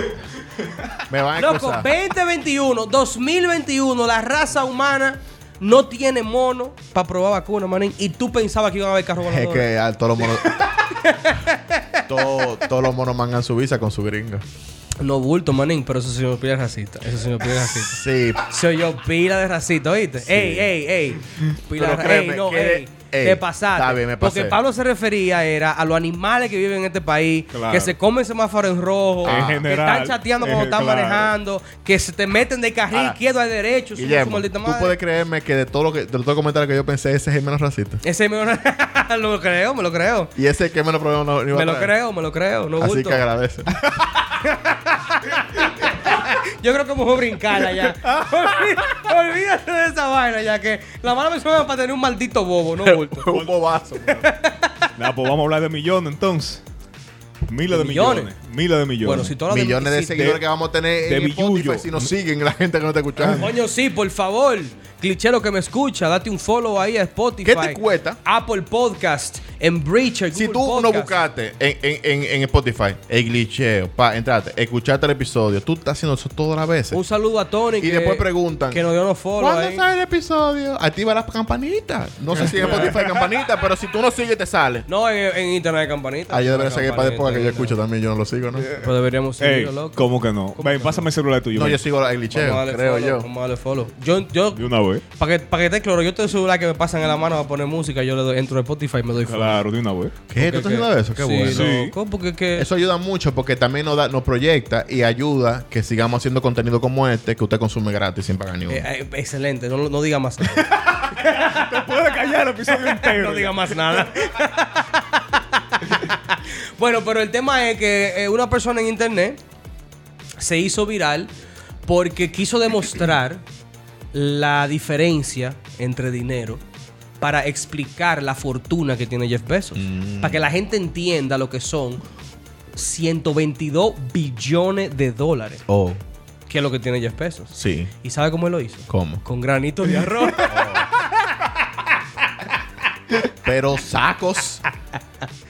Speaker 3: Me van a
Speaker 2: Loco,
Speaker 3: excusar.
Speaker 2: 2021, 2021, la raza humana no tiene mono para probar vacuna, manín. Y tú pensabas que iban a haber carro
Speaker 3: Es
Speaker 2: volador.
Speaker 3: que ah, todos los monos.
Speaker 2: [laughs]
Speaker 3: Todo- todos los monos mangan su visa con su gringa.
Speaker 2: No bulto, manín, pero eso sí me pide racista. Eso sí me pide racista.
Speaker 3: Sí.
Speaker 2: Se oyó pila de racito, ¿oíste? Ey, ey, ey. Pila
Speaker 3: Pero
Speaker 2: de ra-
Speaker 3: créeme
Speaker 2: Ey, no,
Speaker 3: que-
Speaker 2: ey.
Speaker 3: ey,
Speaker 2: Te pasaste.
Speaker 3: está bien, me pasé.
Speaker 2: Lo que Pablo se refería era a los animales que viven en este país,
Speaker 4: Claro.
Speaker 2: que se comen semáforos en rojo,
Speaker 4: En
Speaker 2: que
Speaker 4: general.
Speaker 2: están chateando cuando
Speaker 4: Eh,
Speaker 2: están
Speaker 4: claro.
Speaker 2: manejando, que se te meten de carril
Speaker 3: Ahora,
Speaker 2: izquierdo al derecho, su- su
Speaker 3: Ah, Guillermo,
Speaker 2: maldita
Speaker 3: tú
Speaker 2: madre.
Speaker 3: puedes creerme que de todo lo que de los dos comentarios que yo pensé, ese es el menos racista.
Speaker 2: Ese me [laughs] lo creo, me lo creo.
Speaker 3: Y ese es el que menos problema no, no iba a
Speaker 2: Me lo
Speaker 3: traer.
Speaker 2: creo, me lo creo. No
Speaker 3: Así
Speaker 2: bulto. [laughs]
Speaker 3: que agradece.
Speaker 2: Yo creo que mejor brincarla
Speaker 3: [laughs]
Speaker 2: ya. Olví- Olvídate de esa vaina ya que la mala me suena para tener un maldito bobo, no bulto.
Speaker 3: [laughs] Un bobazo.
Speaker 4: Nah, pues vamos a hablar de millones entonces. Miles de millones.
Speaker 2: Millones.
Speaker 4: Miles de millones.
Speaker 2: Bueno, si todas las
Speaker 3: Millones de
Speaker 2: si-
Speaker 3: seguidores
Speaker 4: de-
Speaker 3: que vamos a tener
Speaker 4: de
Speaker 3: en Spotify
Speaker 4: billuyo.
Speaker 3: si nos siguen la gente que no está escuchando.
Speaker 2: Coño, sí, por favor. Clichero que me escucha, date un follow ahí a Spotify.
Speaker 3: ¿Qué te cuesta?
Speaker 2: Apple Podcast, en Breacher,
Speaker 3: Si
Speaker 2: Google
Speaker 3: tú no
Speaker 2: Podcast.
Speaker 3: buscaste en, en, en, en Spotify el glitcheo, pa, entrate, escuchaste el episodio, tú estás haciendo eso todas las veces.
Speaker 2: Un saludo a Tony.
Speaker 3: Y después preguntan,
Speaker 2: Que nos dio unos follow
Speaker 3: ¿Cuándo
Speaker 2: ahí.
Speaker 3: sale el episodio? Activa las campanitas. No sé si
Speaker 2: [laughs]
Speaker 3: en Spotify hay campanita, pero si tú no sigues, te sale.
Speaker 2: No, en, en internet hay campanita.
Speaker 3: Ah, yo debería seguir para después
Speaker 2: Campanita,
Speaker 3: que yo
Speaker 2: internet.
Speaker 3: escucho también. Yo no lo sigo, ¿no?
Speaker 2: Pero deberíamos
Speaker 4: Ey,
Speaker 2: seguirlo, loco.
Speaker 4: ¿cómo que no? Ven, pásame el celular tuyo.
Speaker 3: No,
Speaker 4: ven.
Speaker 3: yo sigo el
Speaker 2: Vamos a
Speaker 3: glitcheo,
Speaker 2: darle
Speaker 3: creo
Speaker 2: follow,
Speaker 3: yo.
Speaker 2: Vamos a darle follow. Yo, yo
Speaker 4: De una vez.
Speaker 2: para que, pa' que te claro, yo te celular que me pasan en la mano a poner música, yo le doy, entro a Spotify y me doy follow.
Speaker 4: Claro, de una vez.
Speaker 3: ¿Qué? ¿Tú
Speaker 2: Porque
Speaker 3: estás haciendo
Speaker 2: que-
Speaker 3: eso? Qué
Speaker 2: sí,
Speaker 3: bueno.
Speaker 4: Sí.
Speaker 2: loco, porque que...
Speaker 3: Eso ayuda mucho porque también nos, da, nos proyecta y ayuda que sigamos haciendo contenido como este que usted consume gratis sin pagar ni uno.
Speaker 2: Eh, eh, excelente, no, no diga más nada.
Speaker 4: Te puede callar el episodio [laughs] entero.
Speaker 2: No diga más nada. [laughs] bueno, pero el tema es que eh, una persona en internet se hizo viral porque quiso demostrar la diferencia entre dinero para explicar la fortuna que tiene Jeff Bezos. Para que la gente entienda lo que son 122 billones de dólares,
Speaker 3: Oh,
Speaker 2: que es lo que tiene Jeff Bezos.
Speaker 3: sí.
Speaker 2: ¿Y sabe cómo él lo hizo?
Speaker 3: ¿Cómo?
Speaker 2: Con granito de arroz. [laughs]
Speaker 3: Pero sacos.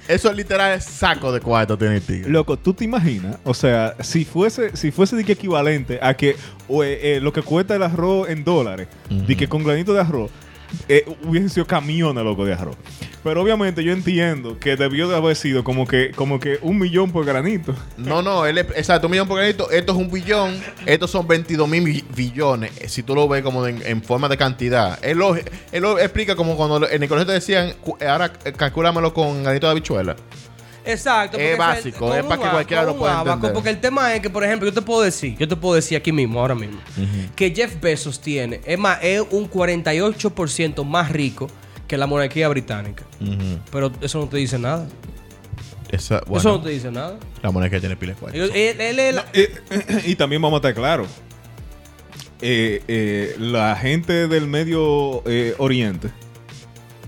Speaker 3: Eso es literal es saco de cuarto tiene el tigre.
Speaker 4: Loco, ¿tú te imaginas? O sea, si fuese, si fuese de que equivalente a que o, eh, eh, lo que cuesta el arroz en dólares, de que con granito de arroz, eh, hubiesen sido camiones, loco, de arroz. Pero obviamente yo entiendo que debió de haber sido como que, como que un millón por granito.
Speaker 3: No, no, él es, exacto, un millón por granito. Esto es un billón. Estos son 22 mil billones. eh, Si tú lo ves como en, en forma de cantidad. Él lo, él lo explica como cuando en el colegio te decían, "Cu- ahora eh, calcúlamelo con granito de habichuela.
Speaker 2: Exacto.
Speaker 3: Es
Speaker 2: porque
Speaker 3: básico,
Speaker 2: con
Speaker 3: es
Speaker 2: un
Speaker 3: para que
Speaker 2: a-
Speaker 3: cualquiera
Speaker 2: con
Speaker 3: lo
Speaker 2: un
Speaker 3: pueda
Speaker 2: abaco,
Speaker 3: entender.
Speaker 2: Porque el tema es que, por ejemplo, yo te puedo decir, yo te puedo decir aquí mismo, ahora mismo, que Jeff Bezos tiene, es más, es un 48% más rico que la monarquía británica. Pero eso no te dice nada.
Speaker 3: Esa, bueno,
Speaker 2: Eso no te dice nada.
Speaker 3: La moneda que tiene pila de cuarto.
Speaker 2: Ellos- él- él es la-
Speaker 4: Eh, y también vamos a estar claros. Eh, eh, la gente del medio eh, oriente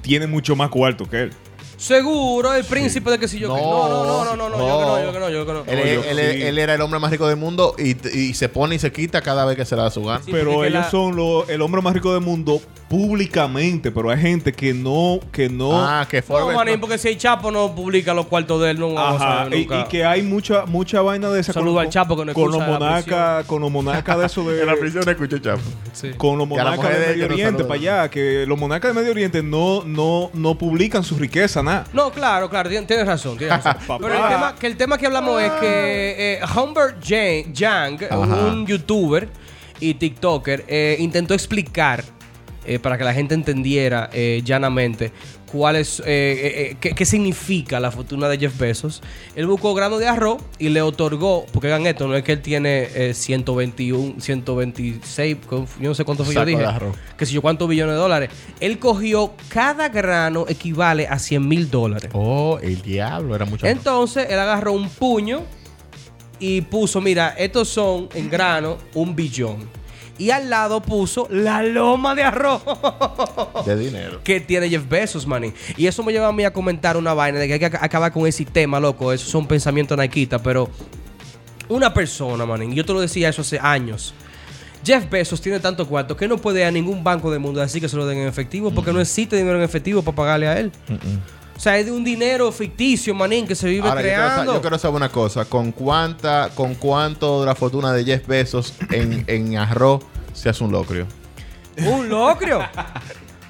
Speaker 4: tiene mucho más cuarto que él.
Speaker 2: Seguro, el príncipe de que si yo
Speaker 3: No,
Speaker 2: que. No, no, no, no, no, no, yo que no, yo que no, yo que
Speaker 3: Él,
Speaker 2: no.
Speaker 4: Oye,
Speaker 3: él- él-
Speaker 4: sí.
Speaker 3: él era el hombre más rico del mundo y, y se pone y se quita cada vez que se le da su gana.
Speaker 2: Sí,
Speaker 4: pero
Speaker 2: porque
Speaker 4: ellos
Speaker 2: la-
Speaker 4: son lo- el hombre más rico del mundo públicamente. Pero hay gente que no, que no.
Speaker 3: Ah, que
Speaker 2: No,
Speaker 3: Forbes.
Speaker 2: manín, porque si el Chapo no publica los cuartos de él, no vamos a
Speaker 4: Ajá,
Speaker 2: saber
Speaker 4: y,
Speaker 2: nunca.
Speaker 4: y que hay mucha mucha vaina de esa
Speaker 2: Saludo
Speaker 4: con-
Speaker 2: al Chapo que no
Speaker 4: con los
Speaker 2: escucha la
Speaker 4: monacas con los monacas
Speaker 3: [laughs]
Speaker 4: de eso de
Speaker 3: escucho chapo.
Speaker 2: Sí.
Speaker 4: con los
Speaker 3: Y a la
Speaker 4: monacas
Speaker 3: mujer
Speaker 4: del
Speaker 3: de
Speaker 4: Medio
Speaker 3: ellos no
Speaker 4: Oriente
Speaker 3: saluda.
Speaker 4: para allá que los monacas del Medio Oriente no no no publican su riqueza nada
Speaker 2: [laughs] No, claro, claro, tien- tienes razón, tienes
Speaker 3: [laughs]
Speaker 2: razón. Pero el
Speaker 4: Papá.
Speaker 2: tema, que el tema que hablamos es que eh, Humbert Jan- Yang, un youtuber y TikToker, eh, intentó explicar eh, para que la gente entendiera eh, llanamente cuál es, eh, eh, eh, qué, qué significa la fortuna de Jeff Bezos. Él buscó grano de arroz y le otorgó, porque hagan esto, no es que él tiene eh, 121, 126, con- yo no sé cuánto fue yo
Speaker 3: Saco de
Speaker 2: dije
Speaker 3: arroz.
Speaker 2: que si yo cuántos billones de dólares. Él cogió cada grano equivale a 100 mil dólares.
Speaker 3: Oh, el diablo, era mucho.
Speaker 2: Entonces él agarró un puño y puso, mira, estos son en grano un billón. Y al lado puso la loma de arroz
Speaker 3: de dinero.
Speaker 2: que tiene Jeff Bezos, maní. Y eso me lleva a mí a comentar una vaina de que hay que ac- acabar con ese tema, loco. Eso es un pensamiento naquita, pero una persona, maní, yo te lo decía eso hace años. Jeff Bezos tiene tanto cuarto que no puede ir a ningún banco del mundo así que se lo den en efectivo porque no existe dinero en efectivo para pagarle a él. O sea, es de un dinero ficticio, manín, que se vive
Speaker 3: Ahora, yo quiero, sa-
Speaker 2: creando.
Speaker 3: yo quiero saber una cosa. ¿Con cuánta, con cuánto de la fortuna de Jeff Bezos en, en arroz se hace un locrio?
Speaker 2: Un
Speaker 3: [laughs]
Speaker 2: locrio.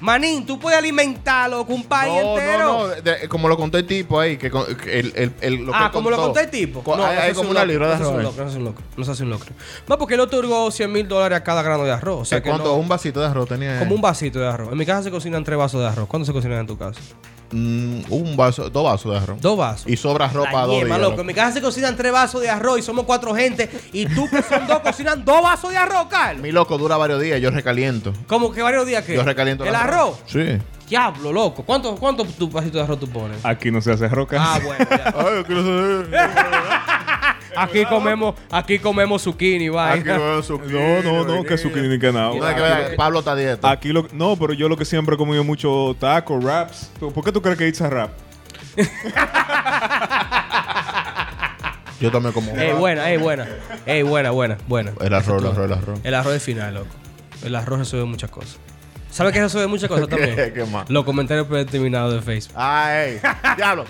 Speaker 2: manín, tú puedes alimentarlo con un país entero.
Speaker 3: no, de- de- como lo contó el tipo ahí, que, con- que el, el, el- lo que
Speaker 2: ah, como lo
Speaker 3: contó.
Speaker 2: conté el tipo.
Speaker 3: Co-
Speaker 2: No,
Speaker 3: hay,
Speaker 2: no se
Speaker 3: hay
Speaker 2: hace
Speaker 3: como
Speaker 2: un
Speaker 3: una
Speaker 2: locro,
Speaker 3: libra
Speaker 2: No
Speaker 3: de
Speaker 2: se hace un
Speaker 3: arroz.
Speaker 2: locro, no se hace un locro. No se hace un locro. Más porque él otorgó 100 mil dólares a cada grano de arroz. O
Speaker 3: O
Speaker 2: sea
Speaker 3: sea,
Speaker 2: que
Speaker 3: ¿Cuánto?
Speaker 2: no-
Speaker 3: Un vasito de arroz tenía.
Speaker 2: como un vasito de arroz. En mi casa se cocinan tres vasos de arroz. ¿Cuánto se cocinan en tu casa?
Speaker 3: Mm, un vaso, dos vasos de arroz.
Speaker 2: Dos vasos.
Speaker 3: Y sobra ropa
Speaker 2: La
Speaker 3: dos
Speaker 2: yema,
Speaker 3: días,
Speaker 2: loco.
Speaker 3: loco.
Speaker 2: En mi casa se cocinan tres vasos de arroz y somos cuatro gente. Y tú que son dos cocinan dos vasos de arroz, Carlos.
Speaker 3: Mi loco dura varios días, yo recaliento.
Speaker 2: Como que varios días que.
Speaker 3: Yo recaliento
Speaker 2: El arroz.
Speaker 3: Sí.
Speaker 2: Diablo, loco. ¿Cuántos cuánto tu vasito de arroz tú pones?
Speaker 4: aquí no se hace roca [laughs]
Speaker 2: Ah, bueno. ya.
Speaker 3: Ay, yo quiero saber.
Speaker 2: Aquí comemos, aquí comemos zucchini,
Speaker 3: Aquí
Speaker 2: vaina.
Speaker 3: no veo zucchini,
Speaker 4: no no no que su clínica nada
Speaker 3: No, es que vea, Pablo está a dieta.
Speaker 2: Ah,
Speaker 4: aquí lo no pero yo lo que siempre he comido mucho taco wraps ¿por qué tú crees que Itza rap
Speaker 3: Yo también como.
Speaker 2: Ey, buena, ey, buena. Ey, buena, buena, buena.
Speaker 3: El arroz, el arroz, el arroz.
Speaker 2: El arroz es final, loco. El arroz resuelve muchas cosas. ¿Sabes qué resuelve muchas cosas también?
Speaker 3: [laughs] qué más?
Speaker 2: Los comentarios predeterminados de Facebook. [laughs]
Speaker 3: Ay, Ah, diablo.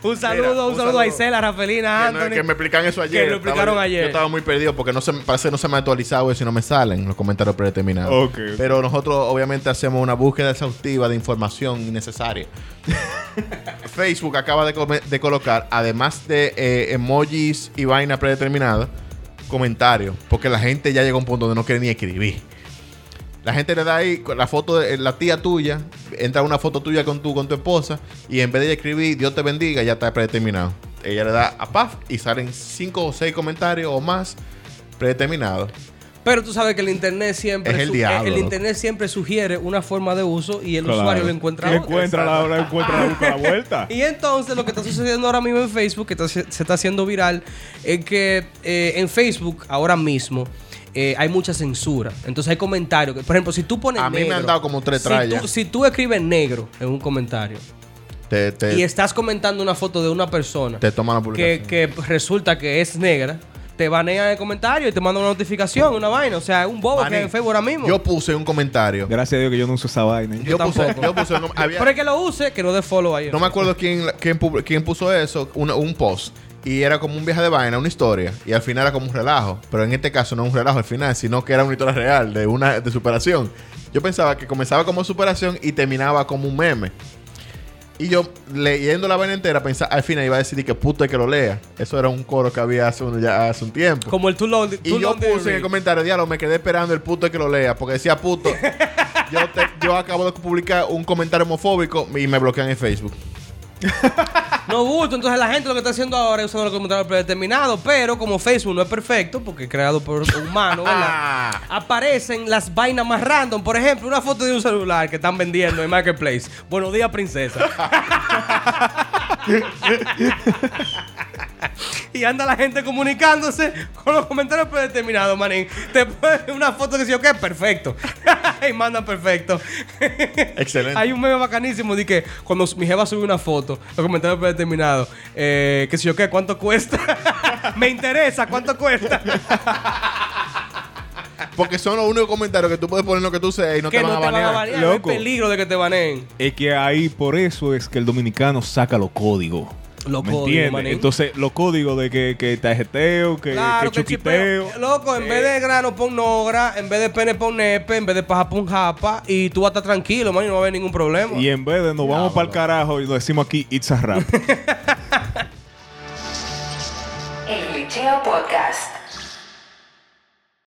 Speaker 3: Que
Speaker 2: Un saludo,
Speaker 3: Mira,
Speaker 2: un,
Speaker 3: un
Speaker 2: saludo, a
Speaker 3: saludo.
Speaker 2: Isela, Rafelina,
Speaker 3: no,
Speaker 2: Anthony.
Speaker 3: que me explican eso ayer.
Speaker 2: Que lo
Speaker 3: Estaba-
Speaker 2: explicaron ayer.
Speaker 3: Yo estaba muy perdido porque no se, me- parece que no se me ha actualizado eso y no me salen los comentarios predeterminados.
Speaker 4: Ok.
Speaker 3: Pero nosotros obviamente hacemos una búsqueda exhaustiva de información
Speaker 2: [laughs]
Speaker 3: innecesaria. Facebook acaba de, come- de colocar, además de eh, emojis y vaina predeterminada, comentarios. Porque la gente ya llega a un punto donde no quiere ni escribir. La gente le da ahí con la foto de eh, la tía tuya, entra una foto tuya con tu, con tu esposa y en vez de escribir Dios te bendiga, ya está predeterminado. Ella le da a paf y salen cinco o seis comentarios o más predeterminados.
Speaker 2: Pero tú sabes que el internet siempre
Speaker 3: Es el
Speaker 2: su-
Speaker 3: diablo,
Speaker 2: el
Speaker 3: loco.
Speaker 2: internet siempre sugiere una forma de uso y el
Speaker 4: Claro.
Speaker 2: usuario lo encuentra
Speaker 4: Le
Speaker 2: otra.
Speaker 4: encuentra la, le encuentra la, busca la vuelta
Speaker 2: Y entonces lo que está sucediendo ahora mismo en Facebook, que está- se está haciendo viral, es que eh, en Facebook ahora mismo eh, hay mucha censura. Entonces hay comentarios. que- por ejemplo, si tú pones
Speaker 3: A mí me
Speaker 2: negro,
Speaker 3: han dado como tres
Speaker 2: si
Speaker 3: trallas.
Speaker 2: tú- si tú escribes negro en un comentario
Speaker 3: Te, te,
Speaker 2: y estás comentando una foto de una persona
Speaker 3: te toman la
Speaker 2: que,
Speaker 3: publicación.
Speaker 2: que resulta que es negra, te banean el comentario y te mandan una notificación, una vaina. O sea, es un bobo que
Speaker 3: Manín,
Speaker 2: hay en Facebook ahora mismo.
Speaker 3: Yo puse un comentario.
Speaker 4: gracias a Dios que yo no uso esa vaina
Speaker 2: Yo
Speaker 3: Yo, puse,
Speaker 2: tampoco.
Speaker 3: yo puse un, había-
Speaker 2: Pero el que lo use, que no dé follow ahí.
Speaker 3: No me acuerdo quién, quién, pub- quién puso eso, una- un post. Y era como un viaje de vaina, una historia. Y al final era como un relajo. Pero en este caso no un relajo al final, sino que era una historia real de una de superación. Yo pensaba que comenzaba como superación y terminaba como un meme. Y yo leyendo la vaina entera, pensaba, al final iba a decir que puto el que lo lea. Eso era un coro que había hace un, ya hace un tiempo.
Speaker 2: Como el too long. too
Speaker 3: Y yo
Speaker 2: long didn't
Speaker 3: puse en
Speaker 2: read.
Speaker 3: el comentario, diálogo, me quedé esperando el puto que lo lea, porque decía puto. yo, te- yo acabo de publicar un comentario homofóbico y me bloquean en Facebook.
Speaker 2: No gusto, entonces la gente lo que está haciendo ahora es usando los comentarios predeterminados, pero como Facebook no es perfecto, porque es creado por humanos, ¿verdad? Aparecen las vainas más random, por ejemplo, una foto de un celular que están vendiendo en Marketplace. Buenos días, princesa. [laughs] y anda la gente comunicándose con los comentarios predeterminados, manín. Te ponen una foto que dice, ok, perfecto. [laughs] y mandan perfecto.
Speaker 3: Excelente.
Speaker 2: Hay un meme bacanísimo de que cuando mi jeva sube una foto, los comentarios predeterminados, eh, que si yo qué, ¿cuánto cuesta? [laughs] Me interesa, ¿cuánto cuesta?
Speaker 3: Porque son los únicos comentarios que tú puedes poner lo que tú seas y no
Speaker 2: que
Speaker 3: te van
Speaker 2: no
Speaker 3: a
Speaker 2: te van a
Speaker 3: banear.
Speaker 2: banear. No hay
Speaker 4: Loco.
Speaker 2: peligro de que te baneen.
Speaker 4: Es que ahí por eso es que el dominicano saca los códigos.
Speaker 2: Los
Speaker 4: ¿Me
Speaker 2: códigos,
Speaker 4: entiendes?
Speaker 2: manín.
Speaker 4: Entonces, los códigos de que, que tarjeteo, que,
Speaker 2: Claro,
Speaker 4: que
Speaker 2: que
Speaker 4: Eh, chuquiteo.
Speaker 2: chipeo. Loco, en vez de grano pon nogra, en vez de pene pon nepe, en vez de paja pon japa, y tú vas a estar tranquilo, man, y no va a haber ningún problema.
Speaker 4: Y en vez de nos vamos para el carajo y lo decimos aquí, it's a rap.
Speaker 1: El Liceo Podcast.